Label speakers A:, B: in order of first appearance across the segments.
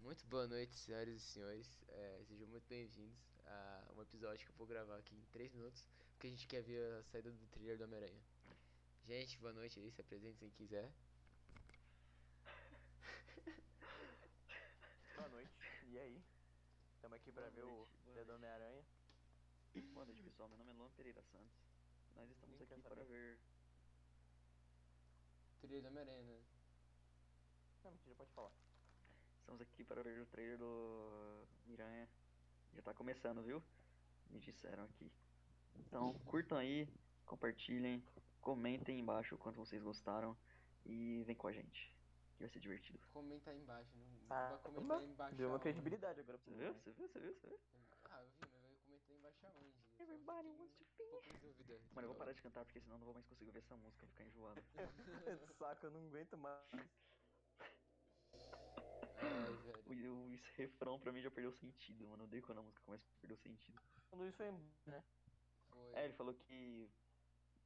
A: Muito boa noite, senhoras e senhores. É, sejam muito bem-vindos a um episódio que eu vou gravar aqui em 3 minutos, porque a gente quer ver a saída do thriller do Homem-Aranha. Gente, boa noite aí, se apresente se quiser.
B: Boa noite, e aí? Estamos aqui pra
C: Boa
B: ver
C: noite,
B: o
C: boa
B: Dedo
C: noite.
B: Homem-Aranha.
C: Boa noite, pessoal. Meu nome é Luan Pereira Santos. Nós estamos
B: Ninguém
C: aqui
B: quer
C: para
B: saber.
C: ver.
A: Thriller do Homem-Aranha, né?
B: Não, mentira, pode falar.
C: Estamos aqui para ver o trailer do Miranha. Já tá começando, viu? Me disseram aqui. Então, curtam aí, compartilhem, comentem embaixo o quanto vocês gostaram e vem com a gente. Que vai ser divertido.
A: Comenta aí embaixo, não não
B: Ah,
A: vai comentar aí embaixo.
B: Deu uma
A: aonde.
B: credibilidade agora pra
C: Você viu? Você viu? Você viu? Você viu?
A: Ah, eu vi, mas vai comentar aí embaixo aonde? né? Eu
C: Everybody
A: fiquei
C: wants to
A: Um pouco em dúvida.
C: Mano, eu vou parar de cantar porque senão eu não vou mais conseguir ver essa música, eu vou ficar enjoado.
A: É,
B: ver. Saca, eu não aguento mais.
A: Ai, velho.
C: O- o- Esse refrão pra mim já perdeu sentido, mano. Eu odeio quando a música começa a perder o sentido.
B: O Luiz foi embora, né?
A: Foi.
C: É, ele falou que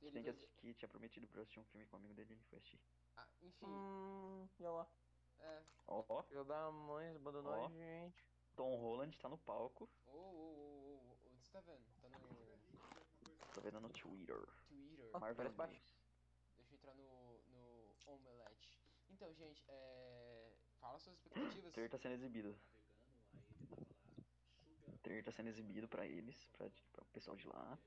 A: Ele
C: Tem que,
A: dois-
C: assistir, que tinha prometido pra eu assistir um filme com um amigo dele, ele foi assistir.
A: Ah, enfim,
B: Hum, e olha lá.
A: é.
C: Ó, ó,
B: Filho da mãe, abandonou
C: Ó.
B: a gente.
C: Tom Holland tá no palco.
A: Ô, ô, ô, ô, ô, onde você tá vendo? Tá no
C: Tô vendo no Twitter.
A: Twitter.
B: Ah,
C: Marvel
B: parece baixo.
C: News.
A: Deixa eu entrar no, no Omelete. Então, gente, é... fala suas expectativas.
C: O trailer tá sendo exibido. O trailer tá sendo exibido pra eles, pra, pra o pessoal de lá.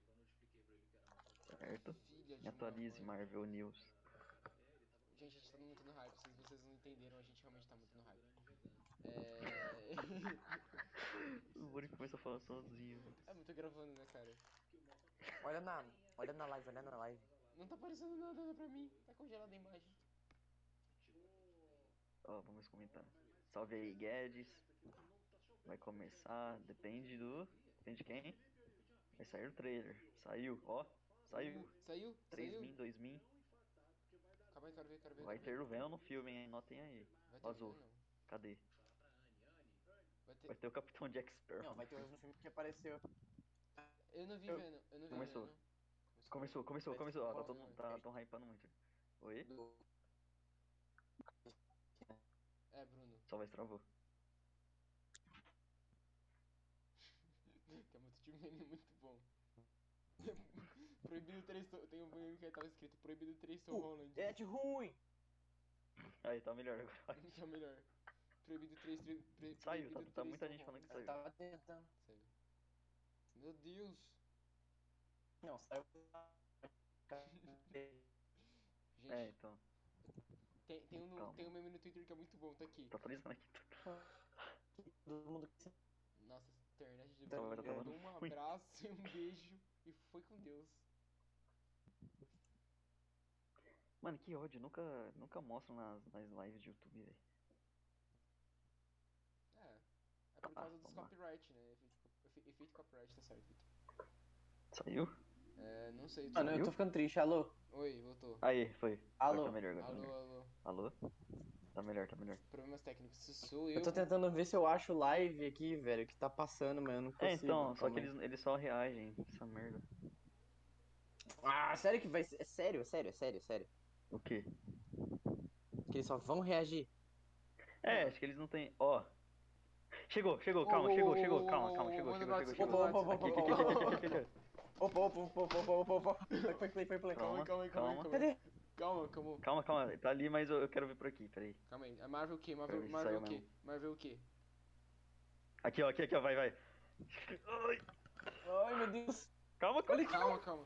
C: Certo?
A: Filha de
C: Me atualize,
A: mamãe.
C: Marvel News.
A: Gente, a gente tá muito no hype. Se vocês não entenderam, a gente realmente tá muito no hype. É...
C: O Buri começa a falar sozinho.
A: é muito gravando, né, cara?
B: Olha na, olha na live, olha na live.
A: Não tá aparecendo nada né, pra mim. Tá congelada a imagem.
C: Ó, vamos comentar. Salve aí, Guedes. Vai começar, depende do. Depende de quem. Vai sair o trailer. Saiu, ó. Saiu.
A: Saiu?
C: 3
A: Saiu?
C: min, 2 min.
A: Calma aí, quero ver, quero ver.
C: Vai
A: quero
B: é
C: ter o
B: tá.
C: Venom no filme, hein? Notem aí.
A: ver. Vai ter
C: Azul.
A: Venom.
C: Cadê?
A: Vai ter...
C: Vai ter o Capitão Jack Sparrow.
B: Não, vai ter um filme que apareceu.
A: Eu não vi
B: Eu-
A: Venom. Eu não vi
C: Começou.
A: Venom.
C: Começou, começou,
B: Vai ter
C: começou. Ó, tá
A: Venom,
C: todo mundo
A: vai
C: tá, tão hypando muito. Oi?
B: Do...
A: É, Bruno.
C: Só vai travou.
A: Que é muito de meme, muito bom. proibido três Tom- Tem um meme que tava escrito Proibido
C: Uh,
A: três Tom Holland.
B: É
C: tipo,
B: de ruim!
C: Aí, tá melhor agora.
A: Que é o melhor. Proibido três tre- pre-
C: Saiu,
A: proibido
C: tá-
A: três
C: tá muita
A: Tom
C: gente falando que
A: Hollands.
B: Eu tava tentando.
A: Saiu. Meu Deus.
B: Não, saiu.
A: Gente,
C: É, então.
A: tem, tem, um, no-
C: calma.
A: tem um meme no Twitter que é muito bom, tá aqui.
C: Tá atualizando aqui tudo.
B: Todo mundo que se
A: Nossa, essa internet de
B: Tá,
A: Bruno.
B: tá
A: Mandou
C: dando
A: um
C: muito.
A: abraço e um beijo. E foi com Deus.
C: Mano, que ódio. Nunca, nunca mostram nas, nas lives de YouTube, velho.
A: É. É por
C: Ah,
A: causa dos
C: vamos lá.
A: copyright, né? Efeito, co- efe- efeito copyright, tá certo, Vitor.
C: Saiu?
A: É, não sei.
B: Mano, eu
C: Viu?
B: tô ficando triste. Alô?
A: Oi, voltou.
C: Aí, foi.
B: Alô?
C: Agora Tá melhor, agora tá
A: Alô,
C: melhor.
A: alô.
C: Alô? Tá melhor, tá melhor.
A: Problemas técnicos. Se sou eu.
B: Eu tô tentando ver se eu acho live aqui, velho, que tá passando, mas eu não consigo.
C: É, então, só
B: Calma
C: que
B: aí.
C: eles, eles só reagem. Essa merda.
B: Ah, sério que vai ser. É sério, é sério, é sério, é sério.
C: O quê?
B: Que eles só vão reagir.
C: É, acho que eles não tem. Ó. Chegou, chegou,
A: Ô,
C: calma,
A: ô, ô,
C: chegou,
A: ô,
C: chegou,
A: ô,
C: calma, calma,
A: ô,
C: chegou,
A: ô,
C: chegou,
A: ô,
C: chegou,
B: Opa, opa, opa,
C: chegou.
B: opa,
C: Aqui, aqui,
B: opa,
C: aqui,
B: opa,
C: aqui, aqui, aqui.
B: opa, opa, opa, opa, opa, opa, opa. Play, play, play, play.
A: Calma, calma,
C: Calma,
A: calma,
C: calma.
A: calma.
B: Cadê?
A: Calma, calma.
C: Calma, calma, tá ali, mas eu eu quero ver por aqui, peraí.
A: Calma aí. É Marvel o quê? Marvel,
C: Peraí,
A: Marvel
C: saiu
A: o quê? Marvel o quê?
C: Aqui, ó, aqui, aqui, ó, vai, vai. Ai,
B: Ai, meu Deus.
C: calma, calma.
A: Calma, calma. Calma,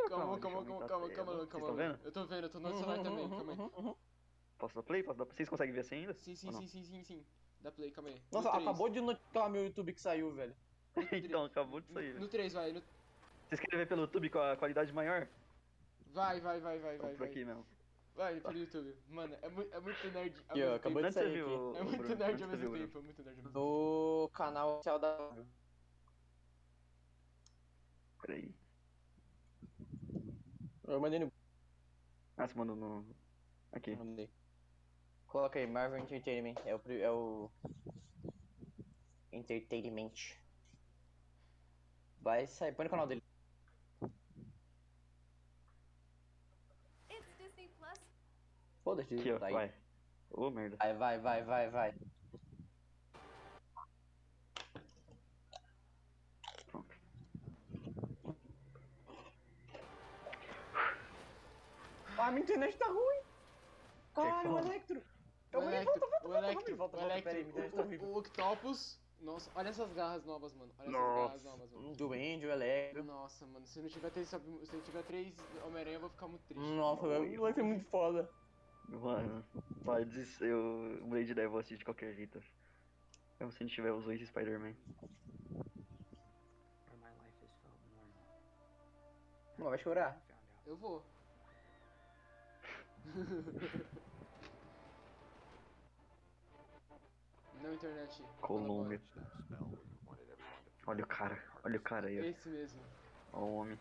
C: deixa eu
A: calma, calma,
C: aumentar
A: calma,
C: a
A: calma,
C: tela.
A: calma,
C: Vocês tão vendo?
A: Eu tô vendo, eu tô no
B: Uhum,
A: celular também, calma aí.
C: Posso dar play? Posso dar... Vocês conseguem ver assim ainda?
A: Sim,
C: Ou
A: sim,
C: não?
A: sim, sim, sim, sim. Dá play, calma aí.
B: Nossa,
A: No três.
B: acabou de notificar meu YouTube que saiu, velho.
C: então, acabou de sair.
A: No 3, vai. no-
C: Vocês querem ver pelo YouTube com a qualidade maior?
A: Vai, vai, vai, vai, vai.
C: Ou por
A: Vai,
C: aqui mesmo.
A: vai pelo YouTube. Mano, é, mu é muito nerd. ao
B: Aqui, ó,
A: mesmo
B: acabou
A: tempo.
B: de
C: Onde você
B: sair
C: viu,
B: aqui.
C: o
A: É muito
C: Bruno?
A: nerd
C: Onde
A: ao
C: você
A: mesmo
C: viu,
A: tempo, é muito nerd ao mesmo tempo.
B: No canal oficial da.
C: Bruno? Peraí.
B: Eu mandei no.
C: Ah, você mandou no... Aqui.
B: Mandei. Coloca aí, Marvel Entertainment. É o. pri- É o... Entertainment. Vai sair. Põe no canal dele.
D: It's Disney Plus.
B: Foda-se.
C: Aqui, ó,
B: tá aí.
C: vai. Ô, merda.
B: Vai, vai, vai, vai, vai. Ah, minha internet tá ruim. Caralho, o
C: fala?
B: Electro.
A: O
B: Calma aí, volta,
A: Electro,
B: volta,
A: o
B: volta,
A: Electro,
B: volta, volta,
A: o
B: volta,
A: Electro,
B: peraí, minha internet tá
A: o-
B: horrível.
A: o- o Octopus. Nossa, olha essas garras novas, mano. Olha essas garras novas, mano.
B: Nossa, doente, o Electro.
A: Nossa, mano, se não tiver três, Sub- se não tiver três Homem-Aranha, eu vou ficar muito triste.
B: Nossa, velho, o Electro é muito foda.
C: Mano, pode eu mudei de ideia, vou assistir de qualquer jeito. Mesmo se não tiver os dois Spider-Man.
E: where my life has felt normal.
B: Não, vai chorar.
E: I found out
A: Eu vou. não, internet. fala
C: Colômbia.
A: agora.
C: Olha o cara, olha o cara aí,
A: Esse mesmo.
C: ó. Olha o homem.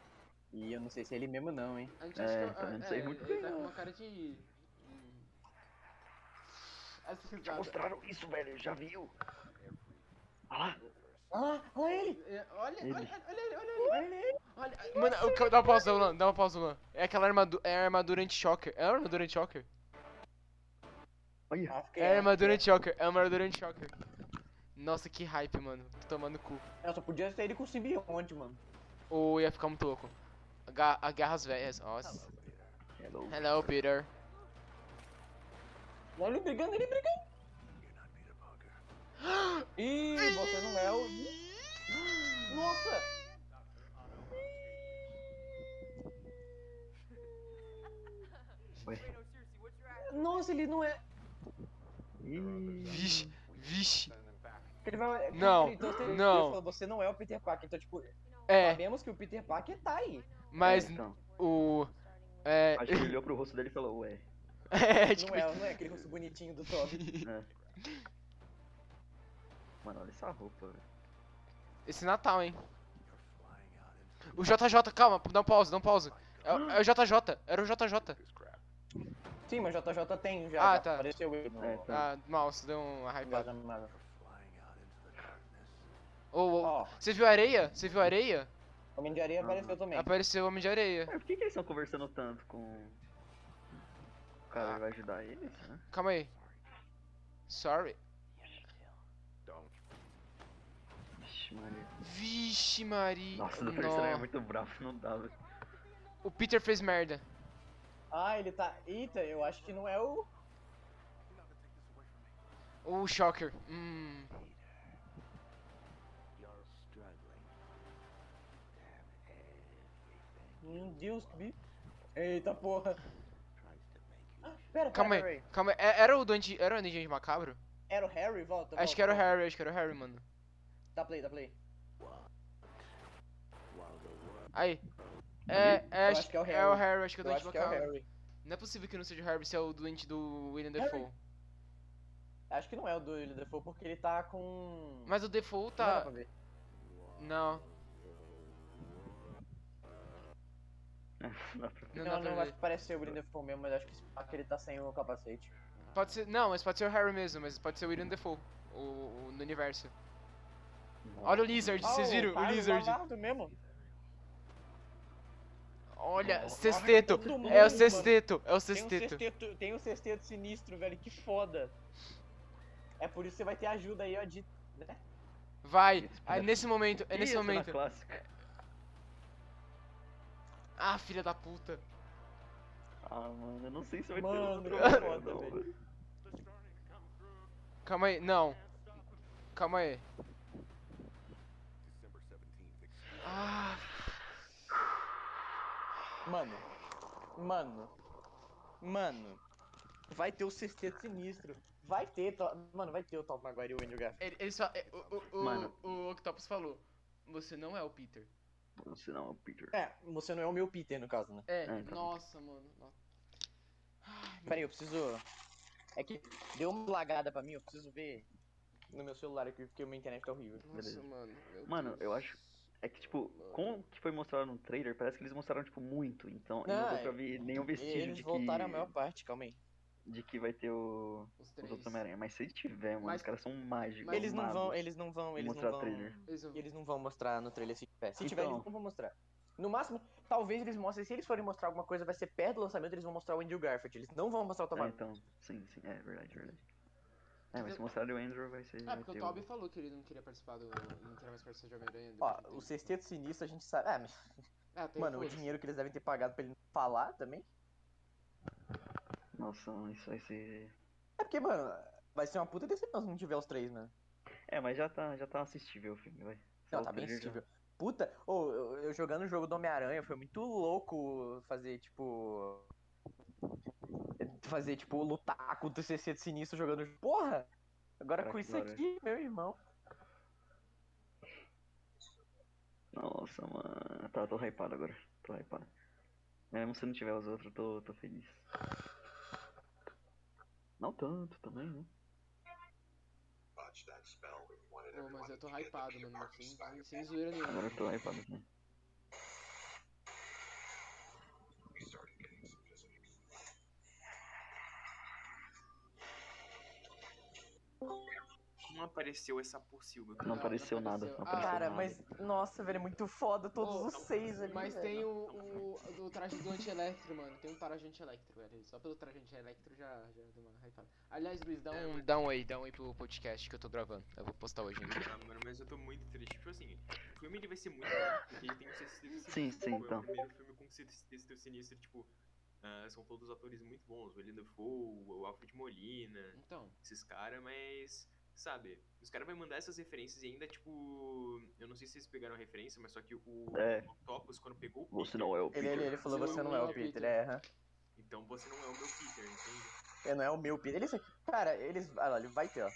B: E eu não sei se é ele mesmo não, hein.
A: A gente
C: É,
A: acha que
C: também não
A: é,
C: sei muito
A: ele
C: bem,
A: tá com
C: não.
A: uma cara de. hum. Essa
C: Já
A: risada.
C: mostraram isso, velho, já viu? Olha lá,
B: Ah, olha ele!
A: É, Olha,
C: Ele.
A: olha, olha, olha, olha,
B: Olha ele!
A: olha. Mano, eu quero- dá uma pausa, Luan, dá uma pausa, Luan. É aquela armadura, é a armadura anti-shocker. É a armadura anti-shocker?
C: olha.
B: Ah, fiquei-
A: É a armadura anti-shocker, é a armadura anti-shocker. Nossa, que hype, mano. Tô tomando cu.
B: Eu só podia ter ele com o simbionte, mano.
A: Ou ia ficar muito louco. Ga- Agarras velhas, nossa.
C: Hello.
A: Hello, Peter.
B: Olha ele brigando, ele brigando! Ih, você não é o... Nossa!
A: É.
C: Ué.
B: Nossa, ele não é...
C: Ih,
A: Vixe, vixe.
B: Ele vai...
A: Não,
B: Ele- então, ele- ele
A: não.
B: falou, Você não é o Peter Parker, então tipo...
A: É.
B: Sabemos que o Peter Parker tá aí.
A: Mas
C: então.
A: o. É.
C: Acho que ele olhou pro rosto dele e falou, ué.
A: É, tipo.
B: Não é, não é aquele rosto bonitinho do Toby.
C: né? Mano, olha essa roupa, velho.
A: Esse Natal, hein? O JJ, calma, dá um pause, dá um pause. É, o- é o JJ, era o JJ.
B: Sim, mas JJ tem já.
A: Ah,
B: já
A: tá.
B: Apareceu ele no...
C: É, tá.
A: Ah, mouse, deu uma
B: Mas,
A: hypada.
B: mas-
A: Ô, ô,
B: Ó,
A: Você viu a areia? Você viu a areia?
B: o Homem de Areia apareceu também.
A: Apareceu o Homem de Areia.
C: Mas por que, que eles estão conversando tanto com. O cara que vai ajudar eles, né?
A: Calma aí. Sorry.
C: Vixe, Maria.
A: Vixe, Maria.
C: Nossa, o Doutor
A: Nó.
B: né?
C: Estranho é muito bravo, não dá, velho.
A: O Peter fez merda.
B: Ah, ele tá. Eita, eu acho que não é o.
A: O Shocker. Hum.
E: you're struggling. Damn everything
B: Meu Deus, que bicho. Eita porra.
E: tries to make you
B: Ah, Pera,
A: Calma
B: pera,
A: aí,
B: peraí.
A: calma aí. É- Era o Duende. Era o Duende Macabro?
B: Era o Harry? Volta.
A: Acho
B: volta,
A: que era o
B: volta.
A: Harry, acho que era o Harry, mano.
B: Dá play, dá play.
E: while the world
A: Aí. É, é,
B: acho que é o Harry.
A: Harry, acho que é o
B: Eu
A: Duende
B: acho que é o
A: Macabro.
B: Harry.
A: Não é possível que não seja o Harry se é o doente do William
B: Harry.
A: Defoe.
B: Acho que não é o do Willy Defoe, porque ele tá com.
A: Mas o Defoe
B: Não dá
A: tá.
B: pra ver.
A: Não,
C: Não dá pra-
A: não,
B: Não,
A: dá
B: não,
A: pra
B: acho
A: ver.
B: que parece o Willy Defoe mesmo, mas acho que esse pack ele tá sem o capacete.
A: Pode ser. Não, mas pode ser o Harry mesmo, mas pode ser o William Defoe. O, o no universo. Olha o Lizard,
B: Ah,
A: vocês viram?
B: tá,
A: O Lizard.
B: balardo mesmo.
A: Olha,
C: Nossa,
A: sexteto.
B: todo mundo,
A: É o
B: mano.
A: sexteto, é o
B: Tem um
A: sexteto.
B: sexteto, tem um sexteto sinistro, velho, que foda. É por isso que você vai ter ajuda aí, ó, de né?
A: Vai. Ah, nesse momento, é nesse
C: Ih, essa
A: momento.
C: da clássica.
A: Ah, filha da puta.
C: Ah, mano, eu não sei se vai
B: Mano,
C: ter outro.
B: é
C: velho,
B: foda,
C: não,
B: velho.
C: mano.
A: Calma aí, não. Calma aí. Ah,
B: Mano, mano, mano, vai ter o sexteto sinistro. Vai ter, to- mano, vai ter o Tom Maguire e o Andrew Garfield.
A: ele, ele só. é, O, o, o,
C: Mano.
A: o Octopus falou: Você não é o Peter.
C: Não sei não, é o Peter.
B: É, você não é o meu Peter, no caso, né?
A: É,
C: É, então.
A: nossa, mano. no-
B: Peraí, eu preciso... É que deu uma lagada pra mim, eu preciso ver no meu celular aqui, porque minha internet tá horrível.
A: Nossa,
C: Beleza.
A: mano. meu
C: Mano,
A: Deus.
C: eu acho. É que, tipo, com o que foi mostrado no trailer, parece que eles mostraram, tipo, muito. Então,
B: Não,
C: não deu
B: é-
C: pra ver nenhum
B: E
C: vestígio
B: eles
C: de
B: voltaram a maior
C: que...
B: parte, calma aí.
C: de que vai ter o... é
A: Os
C: os
A: três.
C: outros Homem-Aranha. Mas se tiver, mano,
A: Mas-
C: os caras são mágicos.
A: Mas-
B: Eles não vão,
C: magos.
B: eles não vão, eles não
C: mostrar
B: vão...
C: trailer.
A: Eles não-
B: Eles não vão mostrar no trailer se tiver. Se tiver,
C: Então.
B: eles não vão mostrar. No máximo, talvez eles mostrem, se eles forem mostrar alguma coisa, vai ser perto do lançamento, eles vão mostrar o Andrew Garfield. Eles não vão mostrar o Tom
C: É,
B: Maguire.
C: então, sim, sim, é verdade, verdade. É, mas
A: Mas
C: se
A: eu-
C: mostrarem o Andrew vai ser.
A: É,
C: vai
A: porque
C: ter
A: o Toby falou que ele não queria participar do. Não queria mais participar de Homem-Aranha. depois de um
B: Ó, o
A: tempo.
B: sexteto sinistro a gente sabe. Ah, mas,
A: Ah, tem
B: mano, o
A: foda-se.
B: dinheiro que eles devem ter pagado pra ele não falar também.
C: Nossa, isso vai ser.
B: É porque, mano, vai ser uma puta decepção se não tiver os três, né?
C: É, mas já tá, já tá assistível o filme, vai.
B: Não,
C: Só
B: tá
C: o
B: bem
C: trailer já-
B: assistível. Puta, ô, eu, eu jogando o jogo do Homem-Aranha foi muito louco fazer, tipo. Fazer, tipo, lutar contra o CC de sinistro jogando. Porra! Agora
C: Cara,
B: com
C: que
B: isso
C: da hora.
B: aqui, meu irmão.
C: Nossa, mano. Tá, tô hypado agora. Tô hypado. Mesmo se não tiver os outros, tô, tô feliz. Não tanto também, né?
A: Pô, mas eu tô hypado, mano. Sem, sem- sem zoeira nenhuma.
C: Agora eu tô hypado também.
F: Não apareceu essa por Silva.
C: Não
A: Ah,
C: apareceu
A: não
C: nada.
A: apareceu.
C: Não
A: Ah,
C: apareceu
B: Cara,
C: nada.
B: mas. Nossa, velho, é muito foda todos
A: Ô,
B: os seis ali.
A: Mas
B: velho.
A: tem o, o, o traje do antielectro, mano. Tem um traje antielectro, velho. Só pelo traje antielectro já, já deu uma hypada. Aliás, Luiz, dá um, dá um aí, dá um aí pro podcast que eu tô gravando. Eu vou postar hoje ainda.
F: Ah, mano, mas eu tô muito triste. Tipo assim, o filme ele vai ser muito bom, porque ele tem o sexto sinistro.
C: Sim,
F: tipo,
C: sim, então.
F: É o primeiro filme com sexto sinistro, tipo, ah, são todos atores muito bons. O William Dafoe, o Alfred Molina,
A: Então,
F: esses caras, mas, sabe, os caras vão mandar essas referências e ainda, tipo, eu não sei se vocês pegaram a referência, mas só que o
C: É.
F: Octopus, quando pegou o
C: Você
F: Peter,
C: não é o Peter.
B: Ele, ele, ele falou:
A: Você
B: você não é o
A: Peter."
B: Peter, é. aham.
F: então você não é o meu Peter, entende?
B: É, não é o meu Peter. Eles, cara, eles. Olha, lá, ele vai ter, ó.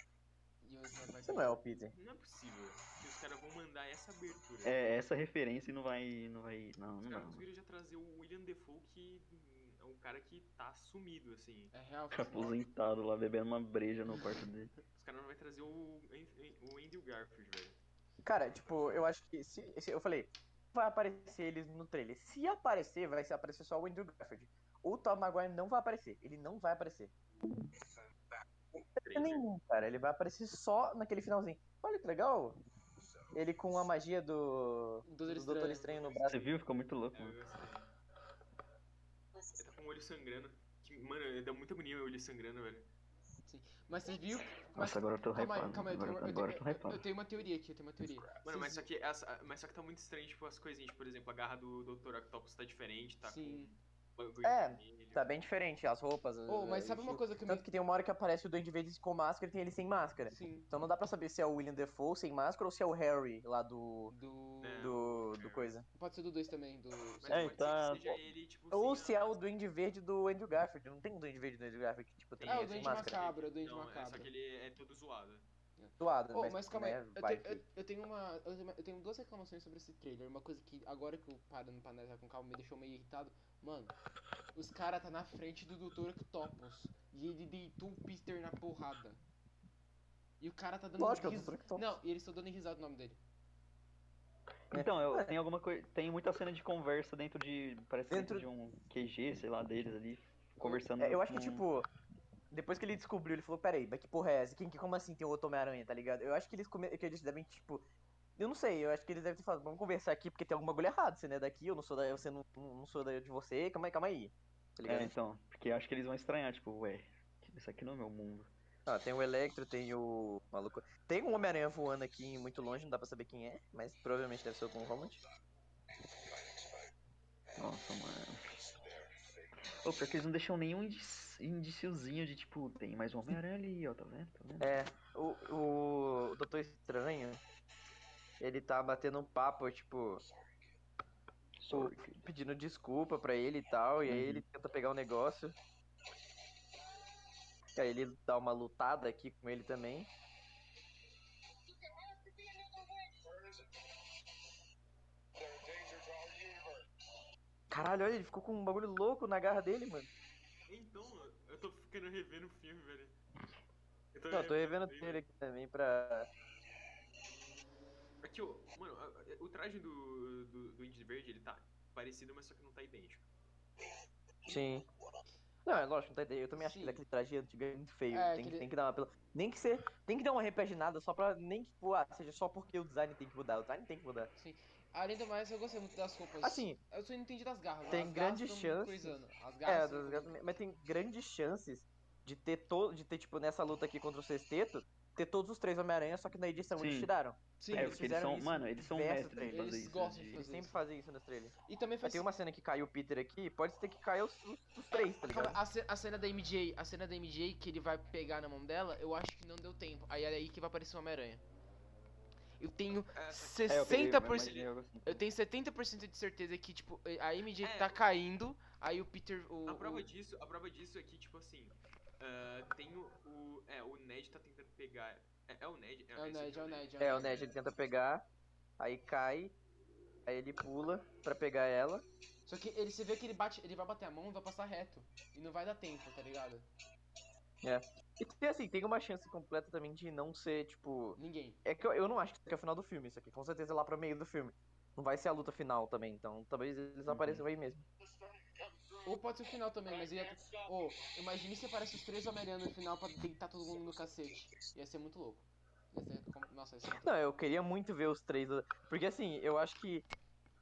A: e hoje nós vai
B: Você não é o Peter.
F: Não é possível que os caras vão mandar essa abertura.
C: É, essa referência não vai. Não vai. Não,
F: Os
C: não.
F: caras
C: não.
F: conseguiram já trazer o William Defoe, que hum, é um cara que tá sumido, assim.
A: É real,
C: Fica aposentado lá bebendo uma breja no quarto dele.
F: Os caras não vão trazer o, An- o Andrew Garfield, velho.
B: Cara, tipo, eu acho que se, se- eu falei, vai aparecer eles no trailer. Se aparecer, vai ser- aparecer só o Andrew Garfield. O Tom Maguire não vai aparecer, ele não vai aparecer.
F: Trailer.
B: Nenhum, cara, ele vai aparecer só naquele finalzinho. Olha que legal. Ele com a magia do
A: Doutor
B: do
A: Estranho.
B: Doutor Estranho no
C: Você
B: braço.
C: viu? Ficou muito louco,
F: É, eu
C: mano.
F: gostei. Ele tá com o olho sangrando. Que- mano, dá muita agonia o olho sangrando, velho.
A: Mas vocês viram? Mas
C: Nossa, agora eu tô
A: calma aí,
C: hypado.
A: calma aí. Eu
C: Agora,
A: tenho, uma- eu,
C: agora eu tô
A: tenho, eu, eu
C: hypado.
A: tenho uma teoria aqui, eu tenho uma teoria.
F: Mano, mas só
A: Vocês-
F: que, essa- mas só que tá muito estranho, tipo, as coisinhas. Por exemplo, a garra do Dr. Octopus tá diferente, tá
A: Sim.
F: com... bagulho
B: É,
F: vermelho.
B: Tá bem diferente as roupas.
A: Oh, mas
B: eh,
A: sabe uma
B: estilo.
A: coisa que
C: tá
A: me...
B: Tanto que tem uma hora que aparece o Duende Verde com máscara e tem ele sem máscara.
A: Sim,
B: Então não dá pra saber se é o William Defoe sem máscara ou se é o Harry lá do
A: do...
F: É.
B: do, do coisa.
A: Pode ser do 2 também, do...
F: Mas
B: É,
F: pode
C: então,
F: ser
B: tá-
F: que seja ele, tipo,
B: Ou
F: sem
B: se
F: a-
B: é o Duende Verde do Andrew Garfield. Não tem um Duende Verde do Andrew Garfield que, tipo,
F: Tem,
B: tem
A: Ah, o
B: sem
A: Duende
B: máscara.
A: Macabro, o Duende
F: Não, é, só
A: Macabro.
F: que ele é todo zoado.
B: Zoado,
A: Oh, mas calma aí,
B: né,
A: eu,
B: vai
A: tenho-
B: que-
A: eu- eu tenho uma, eu tenho- eu tenho duas reclamações sobre esse trailer. Uma coisa que agora que eu parando pra analisar com calma me deixou meio irritado. Mano, os caras tá na frente do Dr. Octopus e ele deitou o Peter na porrada. E o cara tá dando
B: Lógico, é o
A: ris-
B: Dr. Octopus.
A: Não, e eles estão dando risada no nome dele.
B: É.
C: Então, eu, tem alguma coisa. Tem muita cena de conversa dentro de. Parece dentro
B: Dentro-
C: de um QG, sei lá, deles ali. Conversando.
B: É, eu acho que,
C: com-
B: tipo, depois que ele descobriu, ele falou, peraí, mas que porra é essa? Quem, que- como assim tem outro Homem-Aranha, tá ligado? Eu acho que eles, come... que eles devem, tipo... Eu não sei, eu acho que eles devem ter falado, vamos conversar aqui porque tem algum bagulho errado. Você não é daqui, eu não sou da... Você não, não sou da... de você, calma aí, calma aí. Tá ligado?
C: É, então. Porque eu acho que eles vão estranhar, tipo, ué, isso aqui não é meu mundo.
B: Ah, tem o Electro, tem o... Maluco... Tem um Homem-Aranha voando aqui muito longe, não dá pra saber quem é. Mas provavelmente deve ser o Tom Holland.
C: Nossa, mano. Ô, pior que eles não deixam nenhum indici- indiciozinho de, tipo, tem mais um Homem-Aranha ali, ó, tá vendo? Tá vendo?
B: É, o, o, o Doutor Estranho, ele tá batendo um papo, tipo,
C: Sorry.
B: pedindo desculpa pra ele e tal, e aí
C: Uhum.
B: ele tenta pegar o negócio. E aí ele dá uma lutada aqui com ele também. Caralho, olha, ele ficou com um bagulho louco na garra dele, mano.
F: Então, eu tô ficando revendo o filme, velho. Eu
B: Não, eu tô revendo
F: o
B: ele aqui também pra.
F: Aqui, ó, É mano, a- a- o traje do, do, do Indy Verde, ele tá parecido, mas só que não tá idêntico.
B: Sim. Não, é lógico, não tá ideia. Eu também acho
A: Sim.
B: que aquele traje antigo é muito feio.
A: É,
B: tem, que-
A: aquele-
B: tem que dar uma pela- Nem que ser. Tem que dar um uma repaginada só pra. Nem que, pô, ah, seja só porque o design tem que mudar. O design tem que mudar.
A: Além do mais, eu gostei muito das roupas.
B: Assim,
A: eu só não entendi das garras.
B: tem
A: as
B: grandes
A: garras tão
B: chances.
A: Coisando. As
B: é,
A: garras.
B: das gatas- mas tem grandes chances de ter todo. De ter, tipo, nessa luta aqui contra o sexteto, ter todos os três Homem-Aranha, só que na edição
C: Sim.
B: eles tiraram.
A: Sim,
C: é,
A: eles-
B: eles
C: porque eles
B: fizeram
C: são,
B: isso
C: mano, eles são
B: diversos
C: mestres em
B: trailers.
C: fazer
A: Eles
C: isso. né,
A: gostam
C: de-
A: de
B: Eles
A: Fazer
B: sempre
A: isso.
B: fazem isso nos trailers.
A: e também
B: Mas
A: faz.
B: tem uma cena que cai o Peter aqui, pode ser que caia os, os- os três, tá
A: Calma,
B: ligado?
A: a, ce- a cena da MJ, a cena da MJ que ele vai pegar na mão dela, eu acho que não deu tempo. Aí é aí que vai aparecer o Homem-Aranha. Eu tenho
F: Essa-
C: É, eu assim. peguei,
A: 60%.
C: mas eu gostei.
A: Eu tenho 70% de certeza que, tipo, a MJ
F: É.
A: tá caindo, aí o Peter. O,
F: A prova
A: o-
F: disso, a prova disso é que, tipo assim, ah, tem o, o. É, o Ned tá tentando pegar. É, é o Ned?
A: É o
F: esse
A: Ned,
F: aqui
A: é o Ned.
B: É, o Ned ele tenta pegar, aí cai, aí ele pula pra pegar ela.
A: Só que ele se vê que ele bate, ele vai bater a mão e vai passar reto. E não vai dar tempo, tá ligado?
B: E tem, assim, tem uma chance completa também de não ser, tipo.
A: Ninguém.
B: É que eu, eu não acho que é o final do filme, isso aqui. Com certeza é lá pro meio do filme. Não vai ser a luta final também, então talvez eles
C: Uhum.
B: apareçam aí mesmo.
A: Ou pode ser o final também, mas ia. Ô, imagine se aparece os três homem no final pra deitar todo mundo no cacete. Ia ser muito louco. Ia ser com- Nossa, ia ser muito
B: Não, eu queria muito ver os três. Porque assim, eu acho que.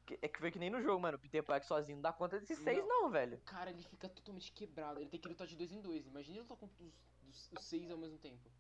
B: que- É que foi que nem no jogo, mano. O Peter Parker sozinho não dá conta desses seis, não, velho.
A: O cara ele fica totalmente quebrado, ele tem que lutar de dois em dois. Imagina ele lutar com os, os- os seis ao mesmo tempo.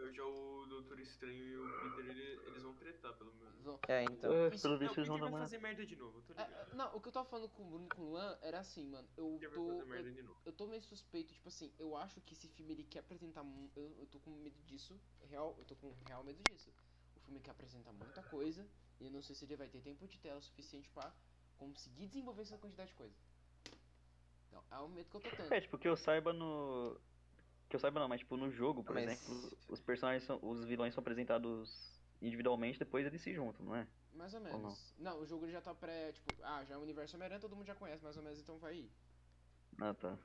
F: Eu Já o Doutor Estranho e o Peter, ele- eles vão tretar, pelo menos.
A: Vão-
B: É, então.
C: Ah,
A: Isso-
C: Pelo
F: Não, o
C: visto
F: Peter
C: eles vão
F: vai
C: dar uma...
F: fazer merda de novo, eu tô
A: É,
F: ligado.
A: é, não, o que eu tava falando com o Bruno e com o Luan era assim, mano. Eu
F: Peter vai
A: tô.
F: fazer merda de novo.
A: eu tô meio suspeito, tipo assim, eu acho que esse filme ele quer apresentar. mu- Eu, eu tô com medo disso, real, eu tô com real medo disso. O filme quer apresentar muita coisa e eu não sei se ele vai ter tempo de tela suficiente pra conseguir desenvolver essa quantidade de coisa. Então, é um medo que eu tô tendo.
C: É, tipo, que eu saiba no... Que eu saiba não, mas tipo, no jogo, por
B: Mas-
C: exemplo, os personagens são... Os vilões são apresentados individualmente, depois eles se juntam, não é?
A: Mais ou
C: não?
A: menos. Não? o jogo ele já tá pré, tipo, ah, já é o universo Homem-Aranha, todo mundo já conhece, mais ou menos, então vai ir.
C: Ah, tá.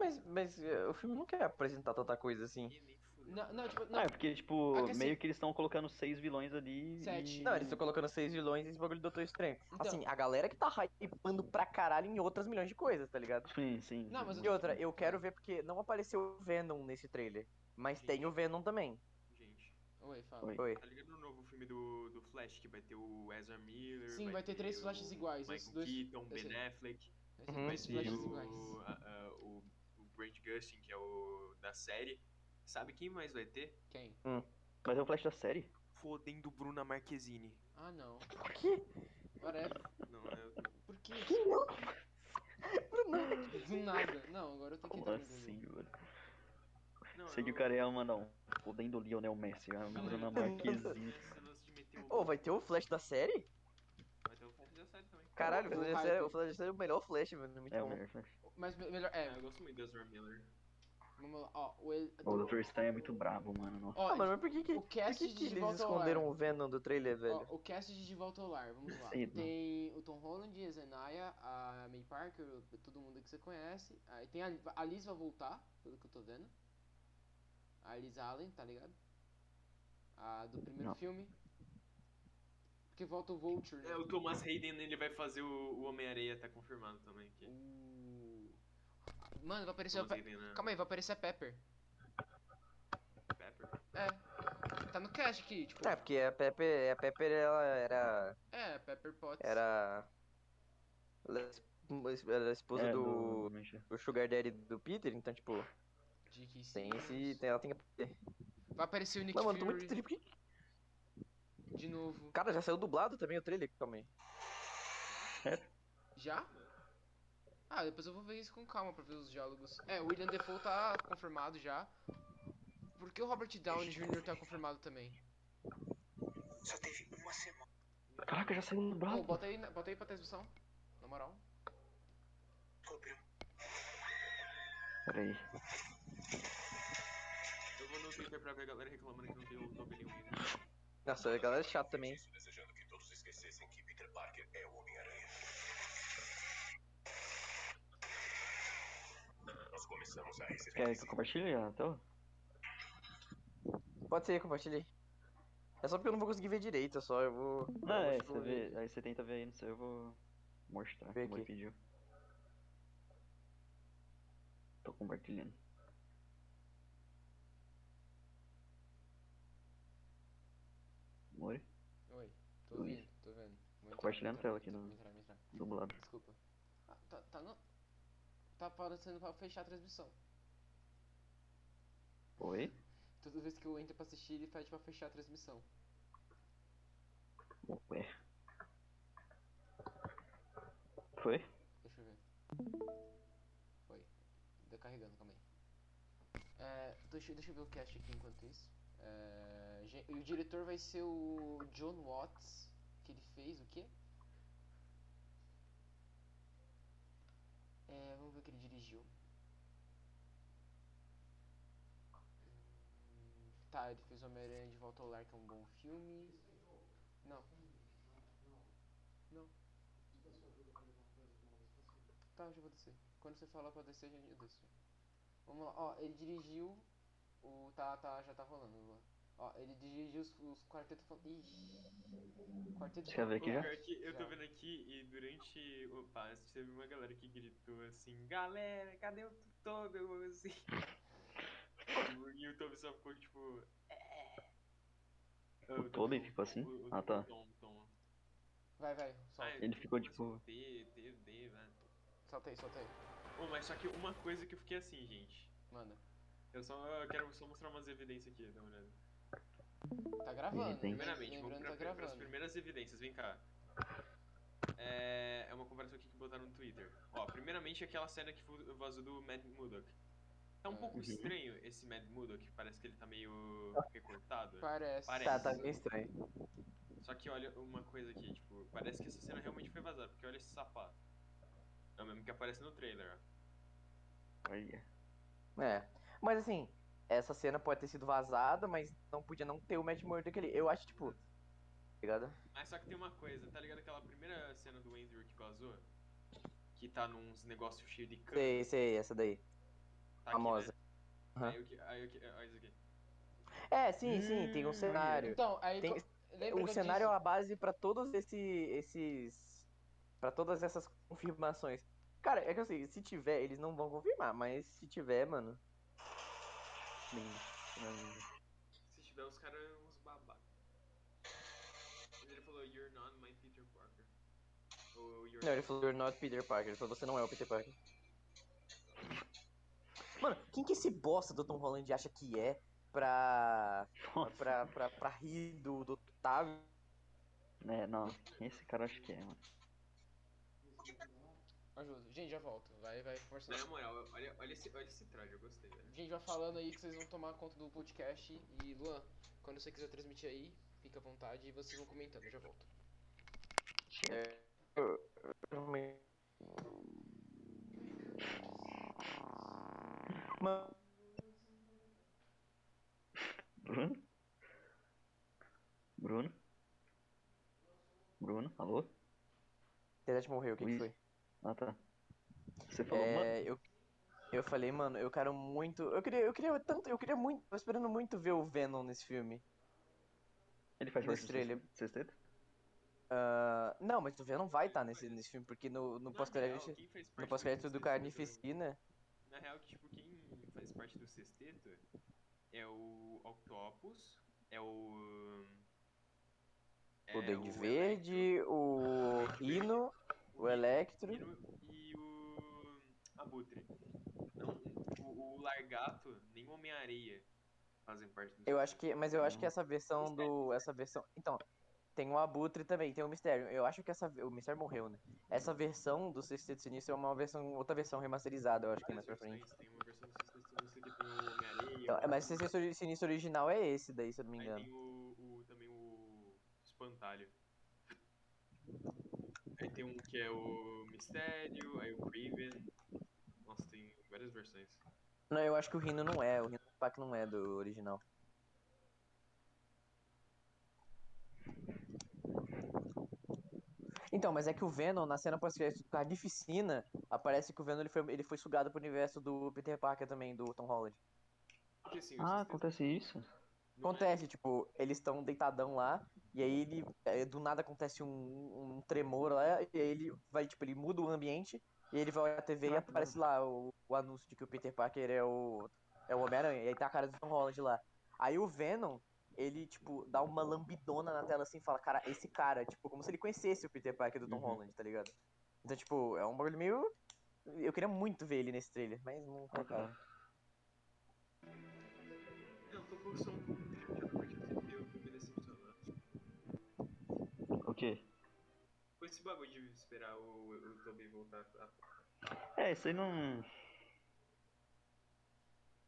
B: Mas, mas eh, o filme não quer apresentar tanta coisa assim.
F: Ih, nem fudeu.
A: Não, não, tipo, não,
C: Ah, é porque, tipo,
A: Ah, que assim-
C: meio que eles estão colocando seis vilões ali
A: Sete.
C: e...
B: Não, eles estão colocando seis vilões e esse bagulho do Doutor Estranho.
A: Então.
B: Assim, a galera que tá hypando pra caralho em outras milhões de coisas, tá ligado?
C: Sim, sim. Tipo,
A: Não, mas
B: E outra, eu quero ver porque não apareceu o Venom nesse trailer. Mas tem o Venom também.
F: Gente,
A: Oi, fala.
C: Oi.
B: é. Oi.
F: tá ligado no novo filme do, do Flash, que vai ter o Ezra Miller...
A: Sim, vai ter três Flashes
F: o
A: iguais,
F: Michael
A: esses dois-
F: Keaton,
A: eu sei.
F: Ben Affleck...
A: Vai ser dois
B: Uhum.
F: Mas e
A: flashes
F: o,
A: iguais.
F: a- a- o, o Brent Gustin, que é o da série, sabe quem mais vai ter?
A: Quem?
C: Mas é o Flash da série?
F: Fodendo Bruna Marquezine.
A: Ah, não. é,
B: Por quê?
A: Whatever.
F: Não, eu,
A: Por quê?
B: Bruno.
A: Do nada. Não, agora eu tenho que
C: Como
A: entrar no jogo.
C: assim, mano?
F: não,
C: Sei que
F: eu-
C: o cara ia mandar um fodendo Lionel Messi, a
F: Galera,
C: Bruna
F: eu tô
C: Marquezine.
F: nesse lance de meter o-
B: Ô, vai ter o Flash da série?
F: Vai ter o Flash da série também.
B: Caralho, o
A: Eu
B: Flash
A: hype.
B: da série, o Flash da série é o melhor Flash, mano. Muito
C: É o
B: bom.
C: melhor Flash.
A: Mas me- melhor,
F: É,
A: é,
F: eu gosto muito do Ezra Miller.
A: vamos lá, ó, o ele...
C: O Doutor Estranho é muito brabo, mano. nossa.
A: Ó,
B: Ah, mano, mas por que, que,
A: o
B: por
A: cast
B: que,
A: de
B: que
A: De
B: eles
A: Volta ao
B: esconderam
A: Lar.
B: o Venom do trailer, velho?
A: Ó, o cast de De Volta ao Lar, vamos lá.
C: Sei, não.
A: Tem o Tom Holland, a Zendaya, a May Parker, o- todo mundo que você conhece. Aí tem a, a Liz vai voltar, pelo que eu tô vendo. A Liz Allen, tá ligado? A do primeiro
C: Não.
A: filme. Porque volta o Vulture, né?
F: É, o Thomas Hayden, ele vai fazer o, o Homem-Areia, tá confirmado também. Que
A: O- Mano, vai aparecer a
F: Thomas
A: Pe...
F: Hayden, né?
A: Calma aí, vai aparecer a Pepper.
F: Pepper.
A: Tá no cast aqui, tipo.
B: É, porque a Pepper, a Pepper ela era.
A: É, Pepper Potts.
B: Era. Ela era esp- ela era esposa
C: É,
B: do.
C: Mancha.
B: do Sugar Daddy do Peter, então, tipo,
A: De que sim.
B: tem esse. Tem, ela tem que.
A: Vai aparecer o Nick
B: Não, mano, tô
A: Fury
B: muito triste. porque-
A: de novo.
B: Cara, já saiu dublado também o trailer, calma aí.
A: Já? Ah, depois eu vou ver isso com calma pra ver os diálogos. É, o William Defoe tá confirmado já. Por que o Robert Downey Jr. tá confirmado também?
C: Caraca, já saiu no
A: Ô,
C: brabo.
A: bota aí, na- bota aí pra transmissão. Na moral.
C: Pera aí.
F: Eu vou no Twitter pra ver a galera reclamando que não tem o Tobin ainda.
B: Nossa, a galera é chata também.
C: Quer que eu compartilhe Ah, tá. a tela?
B: Pode ser, compartilha aí. É só porque eu não vou conseguir ver direito, é só eu vou.
C: Ah, é,
B: vou-
C: você vê, aí você tenta ver aí, não sei, eu vou mostrar
B: Vê
C: como ele
B: aqui.
C: pediu. Tô compartilhando. Mori,
A: Oi, tô ouvindo, tô vendo. Vou entrar,
C: Compartilhando
A: vou entrar,
C: tela aqui no-
A: vou entrar, vou entrar.
C: dublado.
A: Desculpa. Ah, tá, tá não. Tá aparecendo pra fechar a transmissão.
C: Oi?
A: Toda vez que eu entro pra assistir, ele faz pra fechar a transmissão.
C: Ué. Foi?
A: Deixa eu ver. Foi. Tá carregando, calma aí. É, deixa, deixa eu ver o cast aqui enquanto isso. É, gen- e o diretor vai ser o John Watts, que ele fez o quê? É, vamos ver o que ele dirigiu. Hum, Tá, ele fez Homem-Aranha de Volta ao Lar, que é um bom filme. Não. Não. Tá, eu já vou descer. Quando você falar pra descer, já- eu desço. Vamos lá, ó, ele dirigiu o. Tá, tá, já tá rolando. vamos lá. Ó, ele dirigiu os, os quarteto. Fan- Ixi. Quarteto
C: Deixa eu ver
A: Fantástico.
C: aqui já.
F: Pior que eu tô
A: Já.
F: vendo aqui e durante o passe teve uma galera que gritou assim, galera, cadê o tutorial? Assim. e o YouTube só ficou tipo. "É".
C: O Toby ficou assim?
F: o- o-
C: Ah, tá.
F: o Tom, Tom.
A: Vai, vai, solta.
F: Ah,
C: Ele
F: eu
C: ficou,
F: tô com
C: tipo-
F: T, T, D, né?
A: Solta aí, solta aí.
F: Pô, mas só que uma coisa que eu fiquei assim, gente.
A: Manda.
F: Eu só eu quero só mostrar umas evidências aqui, dá uma olhada.
A: Tá gravando.
C: tem.
F: Primeiramente, vamos
A: Lembrando, tá
F: para as
A: gravando.
F: primeiras evidências, vem cá. É, é uma comparação aqui que botaram no Twitter. Ó, primeiramente aquela cena que fu- vazou do Mad Murdock. Tá um
A: Ah.
F: pouco
C: Uhum.
F: estranho esse Mad Murdock, parece que ele tá meio
B: Ah.
F: recortado.
A: Parece.
F: Parece.
B: Tá, tá meio estranho.
F: Só que olha uma coisa aqui, tipo, parece que essa cena realmente foi vazada, porque olha esse sapato. É o mesmo que aparece no trailer, ó.
C: Olha.
B: É. Mas assim, essa cena pode ter sido vazada, mas não podia não ter o Matt Murdock ali. Eu acho, tipo. Ligado?
F: Mas só que tem uma coisa, tá ligado aquela primeira cena do Andrew que vazou? Que tá nos negócios cheios de cana.
B: Sei, sei, essa daí.
F: tá aqui,
B: Famosa.
F: né?
B: Aham.
F: Aí o que. Aí o que. Olha isso aqui.
B: É, sim, sim, tem
C: Hum,
B: um cenário.
A: Então, aí.
B: Tem-
A: co- Lembra
B: O
A: que eu
B: cenário é
A: disse?
B: a base pra todos esse, esses. Pra todas essas confirmações. Cara, é que assim, se tiver, eles não vão confirmar, mas se tiver, mano. Lindo. cena linda.
F: Se tiver, os caras são uns babacas. Mas ele falou, You're not my Peter Parker. Ou you're
B: Não, ele falou You're not Peter Parker, ele falou você não é o Peter Parker. Mano, quem que esse bosta do Tom Holland acha que é pra.
C: Nossa.
B: pra, pra, pra rir do, do Otávio?
C: É, não. Esse cara acho que é, mano.
A: Ajuda. Gente, já volto. Vai, vai, força.
F: Na moral, olha, olha, esse, olha esse traje, eu gostei, velho.
A: Gente, vai falando aí que vocês vão tomar conta do podcast. E Luan, quando você quiser transmitir aí, fica à vontade e vocês vão comentando. Eu já volto.
B: É, Mano.
C: Bruno? Bruno? Bruno? Alô?
B: A internet morreu, o que, que
C: Luiz.
B: foi?
C: Ah, tá. Você falou, mano.
B: É, eu, eu falei, mano, eu quero muito. Eu queria, eu queria tanto, eu queria muito, tô esperando muito ver o Venom nesse filme.
C: Ele faz parte do
B: estrela.
C: sexteto? sexteto?
B: Ah, não, mas o Venom vai estar nesse, nesse filme, porque no, no
F: Na
B: pós-crédito.
F: real, quem faz
B: No
F: parte
B: pós-crédito do
F: sexteto-
B: Carnificina.
F: Na real, que, tipo, quem faz parte do sexteto é o Octopus, é o. é
B: O Duende
F: Electro,
B: Verde, o Rino, o Electro.
F: E, no- e o. Abutre. Não, o, o Largato, nem o Homem-Areia fazem parte do
B: Eu acho que. Mas eu acho
F: Uhum.
B: que
C: Hum.
B: essa versão do. Essa versão. Então, tem o Abutre também, tem o Mistério. Eu acho que essa. O Mistério morreu, né? Essa versão do Sexteto Sinistro é uma versão. Outra versão remasterizada, eu acho que mais pra frente.
F: Tem uma versão do Sexteto Sinistro que tem o Homem-Areia.
B: Então, é,
F: o-
B: mas o Sexteto Sinistro original é esse daí, se eu não me
F: Aí
B: engano.
F: tem o, o- também o Espantalho. Aí tem um que é o Mistério, aí o Craven. Nossa, tem várias versões.
B: Não, eu acho que o Rino não é. O Rino Pack não é do original. Então, mas é que o Venom, na cena pós-crédito do Carnificina, aparece que o Venom ele foi, ele foi sugado pro universo do Peter Parker também, do Tom Holland.
F: Porque, assim, o
C: Ah,
F: sexteto
C: acontece isso?
F: não é-
B: Acontece, tipo, eles estão deitadão lá, e aí ele é, do nada acontece um, um tremor lá, e aí ele vai, tipo, ele muda o ambiente, e ele vai à TV e
C: Caraca,
B: aparece lá o, o anúncio de que o Peter Parker é o. é o Homem-Aranha, e aí tá a cara do Tom Holland lá. Aí o Venom, ele, tipo, dá uma lambidona na tela assim e fala, cara, esse cara, tipo, como se ele conhecesse o Peter Parker do Tom
C: Uhum.
B: Holland, tá ligado? Então, tipo, é um bagulho meio. Eu queria Ah, muito ver ele nesse trailer, mas não
C: Ah,
B: colocaram.
C: tá.
F: Não, tô o som do vídeo, porque eu fui me decepcionando.
C: O quê?
F: Foi esse bagulho de esperar o, o Toby voltar pra.
C: É, isso aí não.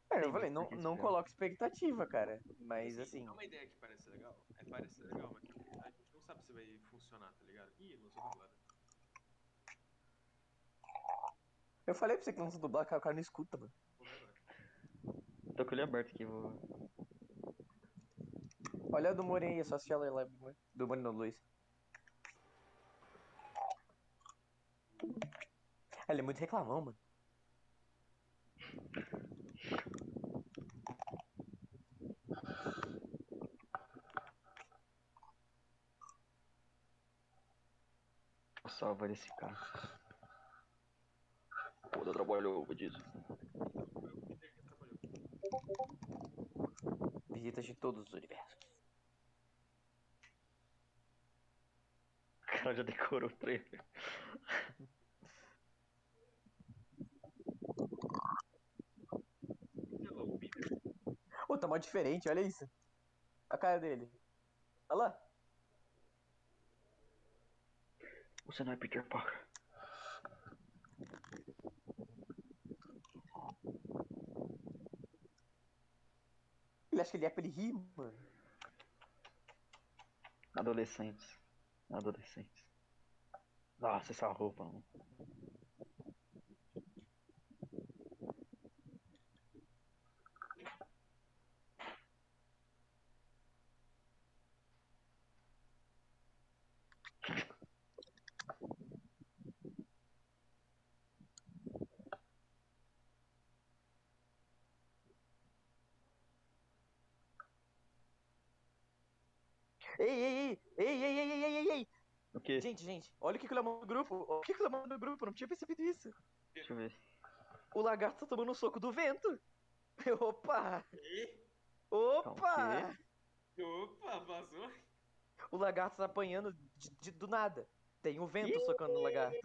B: É, eu
C: Entendi,
B: falei, não,
C: porque
B: não
C: espera.
B: coloca expectativa, cara. Mas assim.
F: É uma ideia que parece legal. É, parece legal, mas a gente não sabe se vai funcionar, tá ligado? Ih, não sou dublado.
B: Eu falei pra você que não se dublar, cara, o cara não escuta, mano.
F: Vou levar.
C: Tô com ele aberto aqui, vou.
B: Olha a do Moren aí, só assiste ela lá. Do Moren não, do Luiz. Ela é muito reclamão, mano.
C: Salva esse cara. Pô, deu trabalho, eu vou dizer.
F: Foi o Peter que trabalhou.
B: Visitas de todos os universos.
C: O cara já decorou o trailer.
F: Hello, Peter.
B: Ô, tá mó diferente, olha isso. A cara dele. Olha lá.
C: Você não é Peter Parker.
B: Ele acha que ele é pra ele rir, mano.
C: Adolescentes. Adolescentes. Nossa, essa roupa, mano.
B: Ei, ei, ei, ei, ei, ei, ei, ei, ei, ei.
C: O quê?
B: Gente, gente, olha o que que ele mandou no grupo. Olha O que que ele mandou no grupo, eu não tinha percebido isso.
C: Deixa eu ver.
B: O lagarto tá tomando um soco do vento. Opa!
F: E?
B: Opa!
C: Tá,
F: Opa, vazou.
B: O lagarto tá apanhando de- de- do nada. Tem o vento socando o lagarto.